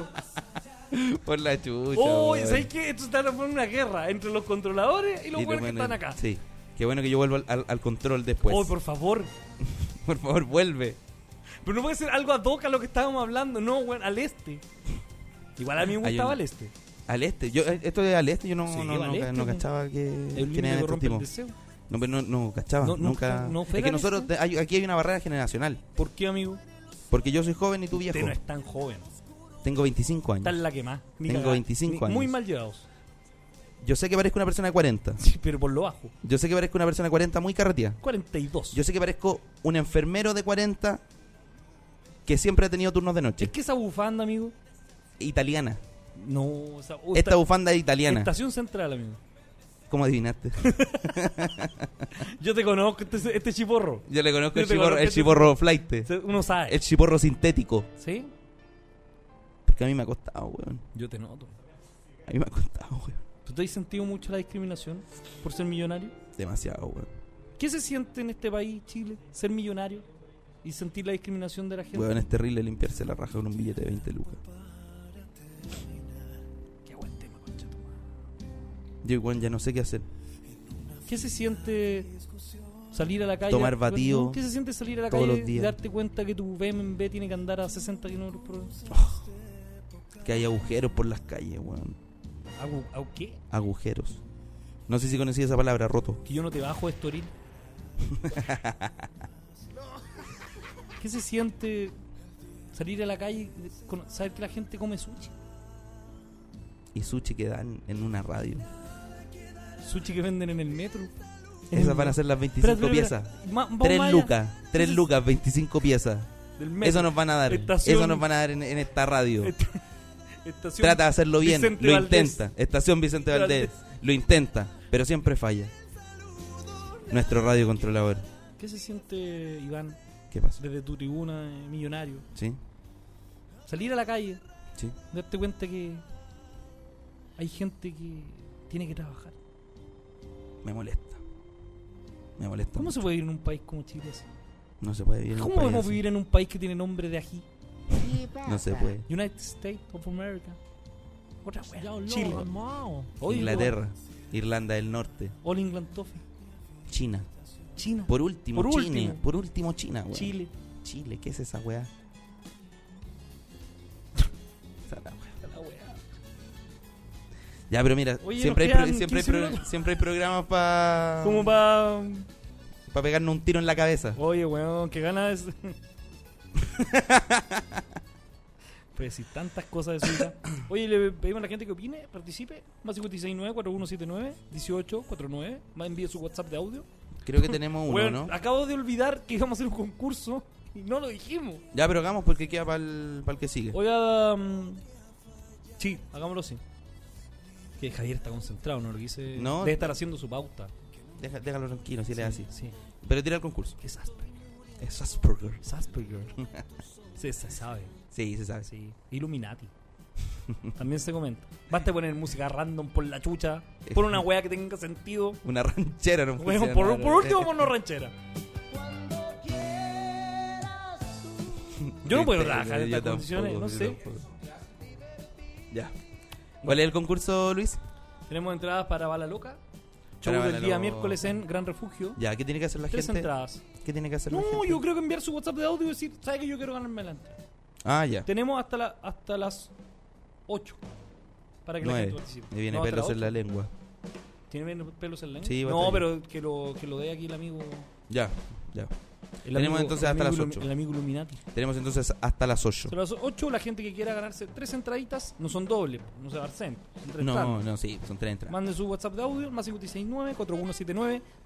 Speaker 2: *laughs* Por la chucha.
Speaker 1: Oye,
Speaker 2: weón.
Speaker 1: Oh, ¿sabes qué? Esto está transformando en una guerra entre los controladores y los
Speaker 2: Y lo
Speaker 1: buenos que
Speaker 2: bueno-
Speaker 1: están acá.
Speaker 2: Sí. pues. Qué bueno que yo vuelvo al, al- al control después.
Speaker 1: Oh, por favor.
Speaker 2: *laughs* Por favor, vuelve.
Speaker 1: Pero no puede ser algo ad hoc a lo que estábamos hablando. No, weón, al este. Igual a mí me
Speaker 2: Hay
Speaker 1: gustaba
Speaker 2: un-
Speaker 1: al este.
Speaker 2: Al este. Yo, eh, esto es al este. Yo no,
Speaker 1: Sí,
Speaker 2: no,
Speaker 1: al
Speaker 2: no,
Speaker 1: este,
Speaker 2: no
Speaker 1: po.
Speaker 2: cachaba que,
Speaker 1: El
Speaker 2: quién
Speaker 1: niño
Speaker 2: eran
Speaker 1: que
Speaker 2: estos
Speaker 1: rompe el
Speaker 2: tipos.
Speaker 1: deseo.
Speaker 2: No, pero no, no cachaba.
Speaker 1: No, no,
Speaker 2: nunca.
Speaker 1: no fue
Speaker 2: es que
Speaker 1: al
Speaker 2: nosotros.
Speaker 1: este.
Speaker 2: te- hay- aquí hay una barrera generacional.
Speaker 1: ¿Por qué, amigo?
Speaker 2: Porque yo soy joven y tú viejo.
Speaker 1: Usted no es tan joven.
Speaker 2: Tengo 25 años.
Speaker 1: Está en la que más. Ni
Speaker 2: Tengo
Speaker 1: cagada.
Speaker 2: 25
Speaker 1: Ni- Muy
Speaker 2: años.
Speaker 1: mal llevados. *laughs*
Speaker 2: Yo sé que parezco una persona de 40.
Speaker 1: Sí, pero por lo bajo.
Speaker 2: Yo sé que parezco una persona de 40 muy carretía.
Speaker 1: 42.
Speaker 2: Yo sé que parezco un enfermero de 40 que siempre ha tenido turnos de noche.
Speaker 1: Es que esa bufanda, amigo.
Speaker 2: Italiana.
Speaker 1: No, o sea, o
Speaker 2: Esta
Speaker 1: esta-
Speaker 2: bufanda es italiana.
Speaker 1: Estación Central, amigo.
Speaker 2: ¿Cómo adivinaste?
Speaker 1: Yo te conozco, este, este chiporro.
Speaker 2: *laughs* Yo le conozco
Speaker 1: Yo
Speaker 2: el
Speaker 1: te
Speaker 2: chiborro,
Speaker 1: conozco
Speaker 2: el
Speaker 1: este-
Speaker 2: chiborro flight.
Speaker 1: Se- Uno sabe.
Speaker 2: El chiborro sintético.
Speaker 1: ¿Sí?
Speaker 2: Porque a mí me ha costado, weón.
Speaker 1: Yo te noto.
Speaker 2: A mí me ha costado, weón.
Speaker 1: ¿Tú te has sentido mucho la discriminación por ser millonario?
Speaker 2: Demasiado, weón.
Speaker 1: ¿Qué se siente en este país, Chile, ser millonario y sentir la discriminación de la gente?
Speaker 2: Weón, es terrible limpiarse la raja con un billete de 20 lucas.
Speaker 1: Qué buen tema, concha tu madre.
Speaker 2: Yo, weón, ya no sé qué hacer.
Speaker 1: ¿Qué se siente salir a la calle?
Speaker 2: Tomar batido
Speaker 1: No, ¿Qué se siente salir a la
Speaker 2: todos
Speaker 1: calle
Speaker 2: los
Speaker 1: y
Speaker 2: días.
Speaker 1: darte cuenta que tu BMW tiene que andar a 60 kilómetros por hora?
Speaker 2: Que hay agujeros por las calles, weón. Ah.
Speaker 1: ¿Agu- ¿Au qué?
Speaker 2: Agujeros. No sé si conocí esa palabra, roto.
Speaker 1: Que yo no te bajo de
Speaker 2: *laughs*
Speaker 1: Estoril. ¿Qué se siente salir a la calle y con- saber que la gente come sushi?
Speaker 2: Y sushi que dan en una radio.
Speaker 1: Sushi que venden en el metro.
Speaker 2: Esas van a ser las 25
Speaker 1: Espera, espera, espera.
Speaker 2: piezas.
Speaker 1: Ma- vamos más
Speaker 2: 3
Speaker 1: allá.
Speaker 2: lucas, 3
Speaker 1: Entonces-
Speaker 2: lucas, 25 piezas.
Speaker 1: Del
Speaker 2: Eso
Speaker 1: metro.
Speaker 2: nos van a dar.
Speaker 1: Estación-
Speaker 2: Eso nos van a dar en, en esta radio.
Speaker 1: Esta- estación-
Speaker 2: Trata de hacerlo bien,
Speaker 1: Vicente
Speaker 2: lo
Speaker 1: Valdés.
Speaker 2: intenta. Estación Vicente Valdés,
Speaker 1: Valdés.
Speaker 2: lo intenta, pero siempre falla. Nuestro radio controlador.
Speaker 1: ¿Qué se siente, Iván,
Speaker 2: ¿Qué pasó?
Speaker 1: desde tu tribuna eh, millonario?
Speaker 2: ¿Sí?
Speaker 1: Salir a la calle,
Speaker 2: ¿Sí?
Speaker 1: darte cuenta que hay gente que tiene que trabajar.
Speaker 2: Me molesta. Me molesta.
Speaker 1: ¿Cómo se puede vivir en un país como Chile así?
Speaker 2: No se puede vivir en un
Speaker 1: ¿Cómo
Speaker 2: país
Speaker 1: podemos
Speaker 2: así.
Speaker 1: vivir en un país que tiene nombre de ají?
Speaker 2: No se puede.
Speaker 1: United States of America. Otra wea. Chile. Oye,
Speaker 2: Inglaterra, Irlanda del Norte,
Speaker 1: All England Toffee.
Speaker 2: China.
Speaker 1: China.
Speaker 2: Por último,
Speaker 1: Por
Speaker 2: China.
Speaker 1: último.
Speaker 2: Por último, China, weón.
Speaker 1: Chile.
Speaker 2: Chile, ¿qué es esa weá? Esa la weá.
Speaker 1: La wea.
Speaker 2: Ya, pero mira,
Speaker 1: Oye,
Speaker 2: siempre, hay,
Speaker 1: nos
Speaker 2: pro-
Speaker 1: quedan
Speaker 2: siempre, hay
Speaker 1: 15
Speaker 2: pro-
Speaker 1: minutos.
Speaker 2: siempre hay programas para
Speaker 1: Como pa...
Speaker 2: pegarnos un tiro en la cabeza.
Speaker 1: Oye, weón, qué ganas. *laughs* Pero si Pues tantas cosas de su vida. Oye, le pedimos a la gente que opine, participe. Más 569-4179-1849. Más envíe su WhatsApp de audio.
Speaker 2: Creo que tenemos uno,
Speaker 1: Weón,
Speaker 2: ¿no?
Speaker 1: Acabo de olvidar que íbamos a hacer un concurso y no lo dijimos.
Speaker 2: Ya, pero hagamos porque queda para el, que sigue.
Speaker 1: Oiga, mm, sí, hagámoslo así. Que Javier está concentrado, no lo quise.
Speaker 2: No.
Speaker 1: Debe estar haciendo su pauta.
Speaker 2: Deja- déjalo tranquilo, si le das así.
Speaker 1: Sí.
Speaker 2: Pero tira el concurso.
Speaker 1: ¿Qué es Asperger?
Speaker 2: Es Asperger.
Speaker 1: Es
Speaker 2: *laughs*
Speaker 1: Asperger. sí, se sabe.
Speaker 2: Sí, se sabe.
Speaker 1: Sí. Illuminati. También se comenta. Basta poner música random por la chucha. Por una wea que tenga sentido.
Speaker 2: Una ranchera, no
Speaker 1: Weón,
Speaker 2: funciona,
Speaker 1: por,
Speaker 2: no,
Speaker 1: por
Speaker 2: no.
Speaker 1: último, ponnos ranchera. Yo no puedo
Speaker 2: Yo
Speaker 1: trabajar en estas
Speaker 2: tampoco,
Speaker 1: condiciones, no
Speaker 2: yo
Speaker 1: sé.
Speaker 2: tampoco. Ya. ¿Cuál es el concurso, Luis?
Speaker 1: Tenemos entradas para Bala Loca. Show
Speaker 2: Trábala
Speaker 1: del día
Speaker 2: lo-
Speaker 1: miércoles en Gran Refugio.
Speaker 2: Ya, ¿qué tiene que hacer la
Speaker 1: Tres
Speaker 2: gente?
Speaker 1: entradas.
Speaker 2: ¿Qué tiene que hacer la
Speaker 1: No,
Speaker 2: gente?
Speaker 1: yo creo que enviar su WhatsApp de audio y decir, ¿sabes que yo quiero ganarme la entrada?
Speaker 2: Ah, ya.
Speaker 1: Tenemos hasta, la, hasta las 8 para que la
Speaker 2: Nueve.
Speaker 1: gente participe.
Speaker 2: Me viene
Speaker 1: No, hasta
Speaker 2: pelos
Speaker 1: las
Speaker 2: en la lengua.
Speaker 1: ocho. ¿Tiene pelos en la lengua?
Speaker 2: Sí, va a
Speaker 1: no,
Speaker 2: estar
Speaker 1: pero que lo, que lo dé aquí el amigo.
Speaker 2: Ya, ya.
Speaker 1: el
Speaker 2: Tenemos
Speaker 1: amigo-
Speaker 2: entonces
Speaker 1: el amigo
Speaker 2: hasta las
Speaker 1: Illumi-
Speaker 2: ocho.
Speaker 1: El amigo Illuminati.
Speaker 2: Tenemos entonces hasta las 8.
Speaker 1: Hasta las 8, la gente que quiera ganarse tres entraditas, no son dobles, no se va a dar cent, son tres entradas.
Speaker 2: No, no, sí, son tres entradas.
Speaker 1: Manden su WhatsApp de audio, más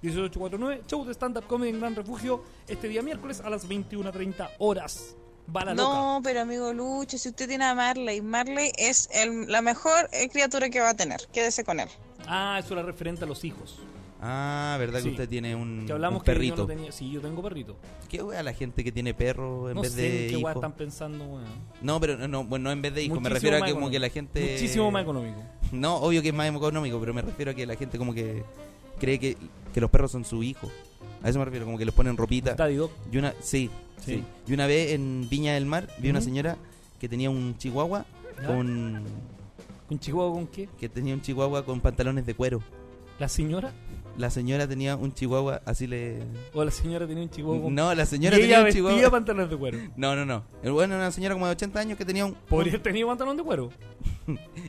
Speaker 1: 569-4179-1849. Show de stand-up comedy en Gran Refugio este día miércoles a las 21.30 horas. Bala
Speaker 5: No, pero amigo Lucho, si usted tiene a Marley, Marley es el- la mejor eh, criatura que va a tener. Quédese con él.
Speaker 1: loca. Ah, eso era referente a los hijos.
Speaker 2: Ah, verdad
Speaker 1: Sí.
Speaker 2: que usted tiene un,
Speaker 1: Que hablamos
Speaker 2: Mm, un
Speaker 1: que yo
Speaker 2: perrito.
Speaker 1: no tenía- Sí, yo tengo perrito.
Speaker 2: ¿Qué wea la gente que tiene perro en
Speaker 1: no
Speaker 2: vez
Speaker 1: sé
Speaker 2: de
Speaker 1: en qué
Speaker 2: hijo?
Speaker 1: weá están pensando, weón.
Speaker 2: No, pero no, no, bueno, no en vez de hijo, me
Speaker 1: Muchísimo
Speaker 2: refiero a
Speaker 1: más
Speaker 2: que como
Speaker 1: económico.
Speaker 2: que la gente
Speaker 1: Muchísimo más económico.
Speaker 2: No, obvio que es más económico, pero me refiero a que la gente como que cree que, que los perros son su hijo. A eso me refiero, como que les ponen ropita.
Speaker 1: Daddy Dog.
Speaker 2: Y una, sí,
Speaker 1: Sí.
Speaker 2: sí. Y una vez en Viña del Mar vi una
Speaker 1: Ujú.
Speaker 2: señora que tenía un chihuahua
Speaker 1: ¿Ya?
Speaker 2: con
Speaker 1: ¿Con Chihuahua con qué?
Speaker 2: que tenía un chihuahua con pantalones de cuero.
Speaker 1: ¿La señora?
Speaker 2: La señora tenía un chihuahua, así le
Speaker 1: ¿O la señora tenía un Chihuahua con
Speaker 2: No, la señora
Speaker 1: y
Speaker 2: tenía
Speaker 1: ella
Speaker 2: un
Speaker 1: vestía
Speaker 2: chihuahua.
Speaker 1: pantalones de cuero.
Speaker 2: No, no, no. El bueno era una señora como de 80 años que tenía un
Speaker 1: Podría haber tenido pantalón de cuero.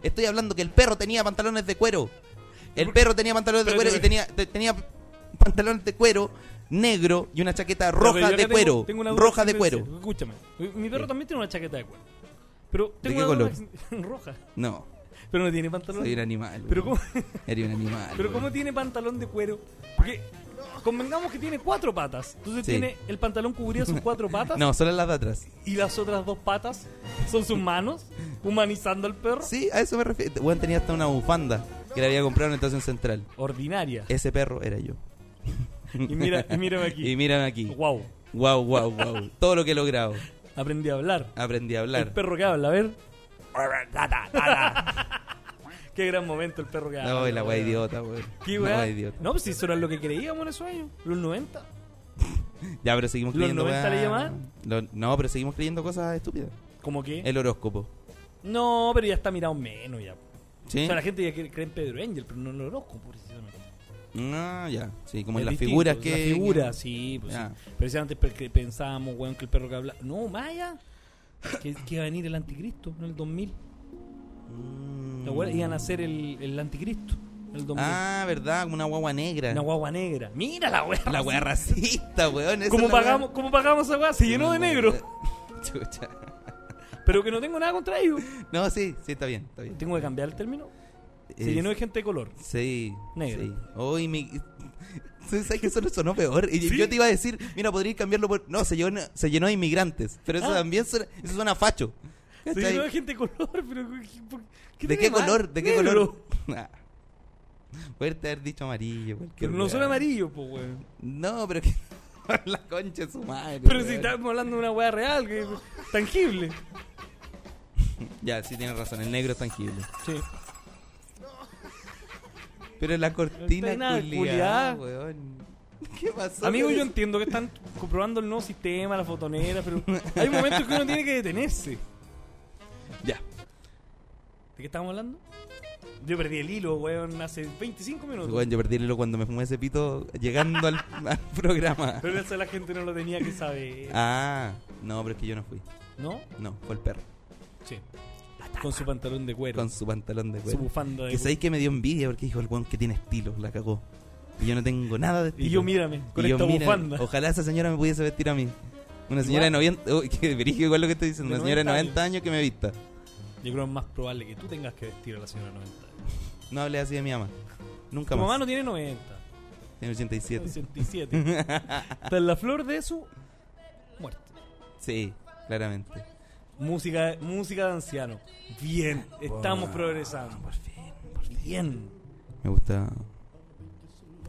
Speaker 2: Estoy hablando que el perro tenía pantalones de cuero. El perro tenía pantalones de
Speaker 1: Pero-
Speaker 2: cuero y tenía, te- tenía pantalones de cuero negro y una chaqueta
Speaker 1: Pero
Speaker 2: roja
Speaker 1: yo
Speaker 2: de
Speaker 1: acá
Speaker 2: cuero.
Speaker 1: tengo- tengo una duda
Speaker 2: roja de cuero.
Speaker 1: existencial. Escúchame. Mi- Mi perro
Speaker 2: Sí.
Speaker 1: también tiene una chaqueta de cuero. Pero tengo
Speaker 2: qué
Speaker 1: una duda
Speaker 2: color?
Speaker 1: existen- *laughs* roja.
Speaker 2: No,
Speaker 1: Pero no tiene pantalón.
Speaker 2: soy un animal.
Speaker 1: Pero
Speaker 2: weón.
Speaker 1: cómo,
Speaker 2: Era un animal.
Speaker 1: pero
Speaker 2: weón.
Speaker 1: cómo tiene pantalón de cuero? Porque convengamos que tiene cuatro patas. Entonces
Speaker 2: Sí.
Speaker 1: tiene el pantalón cubría sus cuatro patas
Speaker 2: No, solo las de atrás.
Speaker 1: y las otras dos patas son sus manos humanizando al perro.
Speaker 2: Sí, a eso me refiero. Bueno, tenía hasta una bufanda que le había comprado en la estación central.
Speaker 1: Ordinaria.
Speaker 2: Ese perro era yo.
Speaker 1: Y mira, y mírame aquí.
Speaker 2: *laughs* Y mírame aquí.
Speaker 1: Wow.
Speaker 2: Wow, wow, wow. Todo lo que he logrado.
Speaker 1: Aprendí a hablar.
Speaker 2: Aprendí a
Speaker 1: El
Speaker 2: hablar.
Speaker 1: perro que habla, a ver. Qué gran momento el perro que habla.
Speaker 2: No, la wea
Speaker 1: weón.
Speaker 2: idiota, weón.
Speaker 1: ¿Qué
Speaker 2: La
Speaker 1: weá?
Speaker 2: wea idiota.
Speaker 1: No, pues si eso era lo que creíamos en esos años. Los 90.
Speaker 2: Ya, pero seguimos
Speaker 1: ¿Los
Speaker 2: creyendo
Speaker 1: 90
Speaker 2: weá.
Speaker 1: le llamaban?
Speaker 2: Lo- No, pero seguimos creyendo cosas estúpidas.
Speaker 1: Como que.
Speaker 2: El horóscopo.
Speaker 1: No, pero ya está mirado menos ya.
Speaker 2: ¿Sí?
Speaker 1: O sea, la gente ya cree cree en Pedro Angel, pero no en el horóscopo, precisamente.
Speaker 2: No, Ah, ya. Sí, como
Speaker 1: Es
Speaker 2: en las
Speaker 1: distinto,
Speaker 2: figuras
Speaker 1: las
Speaker 2: que.
Speaker 1: figuras, sí. Pues,
Speaker 2: Ya.
Speaker 1: sí. Pero si antes pe- que pensábamos, weón, que el perro que habla. No, Maya. Que, que iba a venir el anticristo en el 2000.
Speaker 2: Mm.
Speaker 1: La weá, Iban a ser el, el anticristo en el 2000.
Speaker 2: Ah, verdad, como una guagua negra. *laughs*
Speaker 1: Una guagua negra. Mira la weá.
Speaker 2: La
Speaker 1: *laughs*
Speaker 2: wea racista, weón. esa
Speaker 1: ¿Cómo
Speaker 2: es la wea.
Speaker 1: pagamos, ¿Cómo pagamos esa weá? Se llenó de negro.
Speaker 2: *laughs* Chucha.
Speaker 1: Pero que no tengo nada contra ellos.
Speaker 2: No, sí, sí, está bien, está bien.
Speaker 1: Tengo que cambiar el término. Se
Speaker 2: Eh,
Speaker 1: llenó de gente de color.
Speaker 2: Sí.
Speaker 1: Negro.
Speaker 2: Sí. Uy, mi. *laughs* ¿Sabes que eso le sonó peor? Y
Speaker 1: Sí.
Speaker 2: yo te iba a decir, mira, podrías cambiarlo por. No, se llenó, se llenó de inmigrantes. Pero eso
Speaker 1: Ah.
Speaker 2: también suena, eso suena a facho.
Speaker 1: Se
Speaker 2: ¿Cachai?
Speaker 1: llenó de gente de color, *laughs* pero ¿qué- por-
Speaker 2: ¿De
Speaker 1: tiene
Speaker 2: qué
Speaker 1: mal?
Speaker 2: color? ¿De qué
Speaker 1: Negro.
Speaker 2: color? *laughs* Ah. Puedes haber dicho amarillo. cualquier
Speaker 1: Pero no
Speaker 2: weá.
Speaker 1: son amarillos, pues, weón.
Speaker 2: No, pero que. *laughs* la concha de su madre.
Speaker 1: Pero si
Speaker 2: weón.
Speaker 1: estamos hablando de una weá real, que tangible.
Speaker 2: Ya, sí, tienes razón. El negro es tangible. *laughs*
Speaker 1: Sí.
Speaker 2: Pero la
Speaker 1: Pena,
Speaker 2: cortina
Speaker 1: culiá.
Speaker 2: culiada, weón. *laughs* ¿Qué pasó?
Speaker 1: Amigo,
Speaker 2: con
Speaker 1: yo
Speaker 2: eso?
Speaker 1: entiendo que están comprobando el nuevo sistema, la fotonera, pero hay momentos que uno tiene que detenerse.
Speaker 2: Ya.
Speaker 1: ¿De qué estamos hablando? Yo perdí el hilo, weón, hace 25 minutos.
Speaker 2: Weón, yo perdí el hilo cuando me fumé ese pito
Speaker 1: *laughs*
Speaker 2: llegando al, al programa.
Speaker 1: Pero eso la gente no lo tenía que saber.
Speaker 2: Ah, no, pero es que yo no fui.
Speaker 1: ¿No?
Speaker 2: No, fue el perro.
Speaker 1: Sí. Con su pantalón de cuero.
Speaker 2: Con su pantalón de
Speaker 1: su
Speaker 2: cuero.
Speaker 1: bufanda de
Speaker 2: Que
Speaker 1: cuero.
Speaker 2: sabéis que me dio envidia porque dijo el weón que tiene estilo, la cagó. Y yo no tengo nada de estilo.
Speaker 1: Y yo mírame, con
Speaker 2: Y yo,
Speaker 1: esta
Speaker 2: mira,
Speaker 1: bufanda.
Speaker 2: Ojalá esa señora me pudiese vestir a mí. Una señora de 90. Uy, que dirige igual lo que estoy diciendo.
Speaker 1: De
Speaker 2: Una señora de
Speaker 1: 90
Speaker 2: 90 años que me vista.
Speaker 1: Yo creo que es más probable que tú tengas que vestir a la señora 90.
Speaker 2: No hablé así de mi mamá. Nunca
Speaker 1: Tu mamá
Speaker 2: más.
Speaker 1: no Ah, tiene 90,
Speaker 2: Tiene 87.
Speaker 1: 67. Está en la flor de su muerte.
Speaker 2: Sí, claramente.
Speaker 1: Música, música de anciano. Bien, estamos progresando. Por fin, Bien.
Speaker 2: Me gusta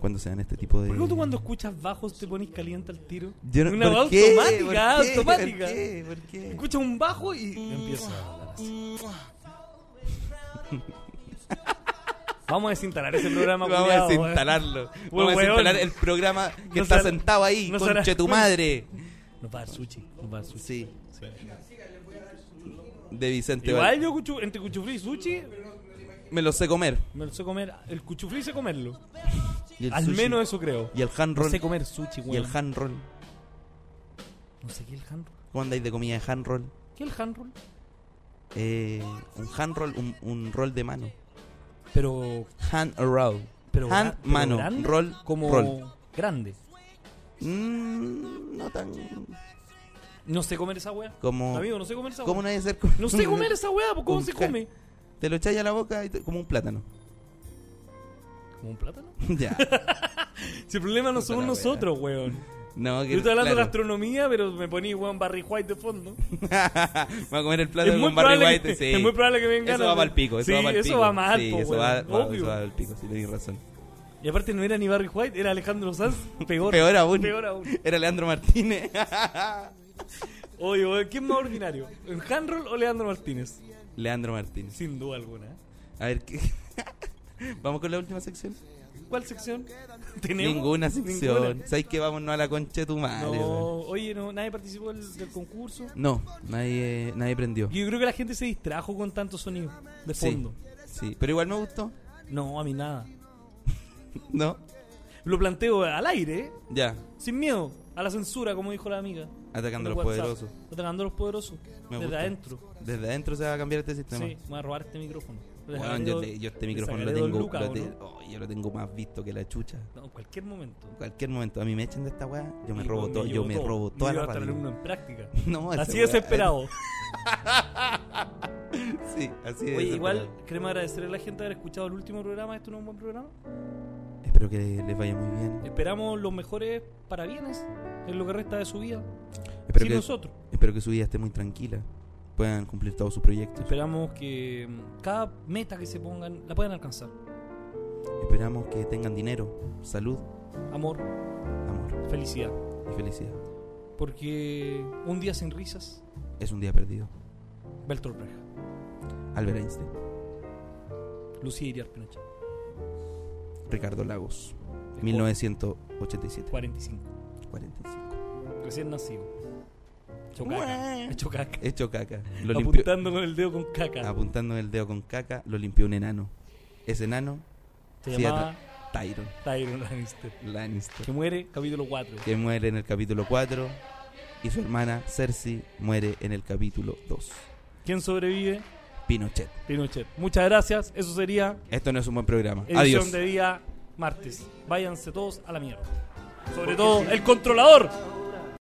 Speaker 2: cuando se dan este tipo de.
Speaker 1: ¿Por qué tú cuando escuchas bajos te pones caliente al tiro?
Speaker 2: Yo no-
Speaker 1: Una
Speaker 2: ¿por
Speaker 1: voz
Speaker 2: qué? ¿Por qué?
Speaker 1: automática, automática.
Speaker 2: ¿Por qué? Mm. ¿Por qué?
Speaker 1: Escucha un bajo y empieza a hablar así.
Speaker 2: *laughs*
Speaker 1: Vamos a desinstalar ese programa.
Speaker 2: Vamos
Speaker 1: culiao, eh.
Speaker 2: a
Speaker 1: weón.
Speaker 2: desinstalarlo.
Speaker 1: Weón,
Speaker 2: Vamos a desinstalar
Speaker 1: weón.
Speaker 2: el programa que
Speaker 1: No
Speaker 2: está
Speaker 1: será-
Speaker 2: sentado ahí,
Speaker 1: no
Speaker 2: conche
Speaker 1: será-
Speaker 2: tu madre.
Speaker 1: Nos va a dar sushi. Nos va a dar sushi.
Speaker 2: Sí. De Vicente
Speaker 1: Igual
Speaker 2: Val.
Speaker 1: yo cuchu- entre cuchuflí y sushi
Speaker 2: Me lo sé comer.
Speaker 1: me lo sé comer. El cuchuflí sé comerlo.
Speaker 2: Y el
Speaker 1: Al
Speaker 2: sushi.
Speaker 1: menos eso creo.
Speaker 2: Y el hand
Speaker 7: No
Speaker 2: roll.
Speaker 7: sé comer sushi, weón.
Speaker 2: y el hand roll.
Speaker 7: No sé qué es el hand roll.
Speaker 2: ¿Cómo andáis de comida de hand roll?
Speaker 7: ¿Qué es el hand roll?
Speaker 2: Eh, un hand roll, un, un rol de mano.
Speaker 7: Pero.
Speaker 2: Hand roll.
Speaker 7: pero
Speaker 2: Hand,
Speaker 7: gra- pero
Speaker 2: mano,
Speaker 7: grande,
Speaker 2: roll,
Speaker 7: Como
Speaker 2: roll.
Speaker 7: grande.
Speaker 2: Mm, no tan.
Speaker 7: No sé comer esa weá.
Speaker 2: Como.
Speaker 1: Amigo, no sé comer esa
Speaker 2: ¿Cómo
Speaker 1: weá.
Speaker 2: nadie ser
Speaker 7: No
Speaker 2: *laughs*
Speaker 7: sé comer esa weá, pues, ¿cómo
Speaker 2: Un
Speaker 7: se
Speaker 2: ca-
Speaker 7: come?
Speaker 2: Te lo echáis a la boca y te- como un plátano. *laughs*
Speaker 7: ¿Como un plátano?
Speaker 2: ya.
Speaker 7: Si el problema no
Speaker 2: Puta
Speaker 7: somos
Speaker 2: la weá.
Speaker 7: nosotros, weón.
Speaker 2: No, que.
Speaker 1: Yo estoy hablando de
Speaker 2: claro.
Speaker 1: gastronomía, pero me poní weón Barry White de fondo.
Speaker 2: *laughs* va a comer el
Speaker 1: Es
Speaker 2: plátano
Speaker 1: muy,
Speaker 2: con Barry
Speaker 1: probable
Speaker 2: White.
Speaker 1: que,
Speaker 2: sí.
Speaker 1: es muy probable que vengan.
Speaker 2: Eso va para el pico. Eso
Speaker 1: sí,
Speaker 2: va para el
Speaker 1: eso
Speaker 2: pico.
Speaker 1: va mal,
Speaker 2: Sí,
Speaker 1: po,
Speaker 2: eso
Speaker 1: weón,
Speaker 2: va, va-
Speaker 1: obvio.
Speaker 2: eso va al pico, sí, tenéis razón.
Speaker 1: Y aparte no era ni Barry White, era Alejandro Sanz. Peor,
Speaker 2: Peor aún.
Speaker 1: Peor aún.
Speaker 2: Era Leandro Martínez. *laughs*
Speaker 1: Oye, weón, ¿quién más ordinario? ¿El Hanroll o Leandro Martínez?
Speaker 2: Leandro Martínez.
Speaker 1: Sin duda alguna. ¿eh?
Speaker 2: A ver, ¿qué? *laughs* ¿vamos con la última sección?
Speaker 1: ¿Cuál sección? *laughs* ¿Tenemos?
Speaker 2: Ninguna sección.
Speaker 1: Ninguna.
Speaker 2: ¿Sabes que vámonos a la concha de tu madre?
Speaker 1: No,
Speaker 2: weón.
Speaker 1: oye, no, nadie participó del, del concurso.
Speaker 2: No, nadie, nadie prendió.
Speaker 1: Yo creo que la gente se distrajo con tanto sonido de
Speaker 2: Sí,
Speaker 1: fondo.
Speaker 2: sí, pero igual me gustó.
Speaker 1: No, a mí nada.
Speaker 2: No,
Speaker 1: Lo planteo al aire, ¿eh?
Speaker 2: ya,
Speaker 1: sin miedo, a la censura, como dijo la amiga.
Speaker 2: atacando a
Speaker 1: En
Speaker 2: los
Speaker 1: WhatsApp.
Speaker 2: poderosos.
Speaker 1: Atacando a los poderosos.
Speaker 2: Me
Speaker 1: desde
Speaker 2: gusta.
Speaker 1: adentro.
Speaker 2: Desde adentro se va a cambiar este sistema.
Speaker 1: Sí, voy a robar este micrófono. Le
Speaker 2: Weón,
Speaker 1: sacaré
Speaker 2: yo,
Speaker 1: dos-
Speaker 2: te- yo este
Speaker 1: le
Speaker 2: micrófono lo
Speaker 1: sacaré dos
Speaker 2: tengo,
Speaker 1: lucas,
Speaker 2: lo
Speaker 1: ¿o
Speaker 2: te-
Speaker 1: no?
Speaker 2: oh, yo lo tengo más visto que la chucha.
Speaker 1: No, en cualquier momento.
Speaker 2: En cualquier momento, a mí me echen de esta weá, yo me
Speaker 1: Y
Speaker 2: robo
Speaker 1: pues, me
Speaker 2: todo, yo
Speaker 1: llevo
Speaker 2: me
Speaker 1: todo.
Speaker 2: robo toda
Speaker 1: Yo iba
Speaker 2: la
Speaker 1: a traer
Speaker 2: radio.
Speaker 1: uno en práctica.
Speaker 2: *laughs* No, esa
Speaker 1: Así
Speaker 2: weá-
Speaker 1: desesperado.
Speaker 2: *laughs* Sí, así
Speaker 1: Oye, igual
Speaker 2: desesperado.
Speaker 1: queremos agradecerle a la gente haber escuchado el último programa. Esto no es un buen programa.
Speaker 2: Espero que les vaya muy
Speaker 1: Eh,
Speaker 2: bien.
Speaker 1: Esperamos los mejores parabienes en lo que resta de su vida.
Speaker 2: Espero
Speaker 1: sin
Speaker 2: que,
Speaker 1: nosotros.
Speaker 2: espero que su vida esté muy tranquila. Puedan cumplir todos sus proyectos.
Speaker 1: Esperamos que mm, cada meta que se pongan la puedan alcanzar.
Speaker 2: Esperamos que tengan dinero, salud,
Speaker 1: Amor,
Speaker 2: amor
Speaker 1: felicidad.
Speaker 2: y felicidad.
Speaker 1: Porque un día sin risas,
Speaker 2: Es un día perdido.
Speaker 1: Bertolt Brecht.
Speaker 2: Albert Einstein,
Speaker 1: Lucía Iriar Pinochet,
Speaker 2: Ricardo Lagos,
Speaker 1: de
Speaker 2: 1987.
Speaker 1: 45.
Speaker 2: 45.
Speaker 1: Recién nacido. Chocaca. Chocaca.
Speaker 2: Hecho caca. Lo Ah, limpió,
Speaker 1: Apuntando con el dedo con caca.
Speaker 2: apuntando el dedo con caca, lo limpió un enano. Ese enano,
Speaker 1: Se
Speaker 2: sí,
Speaker 1: llamaba
Speaker 2: Tyron
Speaker 1: Tyron Lannister.
Speaker 2: Lannister,
Speaker 1: Que muere, capítulo 4.
Speaker 2: que muere en el capítulo 4 y su hermana Cersei muere en el capítulo 2.
Speaker 1: ¿Quién sobrevive?
Speaker 2: Pinochet.
Speaker 1: Pinochet. Muchas gracias. Eso sería
Speaker 2: Esto no es un buen programa.
Speaker 1: edición
Speaker 2: Adiós.
Speaker 1: de día martes. Váyanse todos a la mierda. Sobre todo el controlador.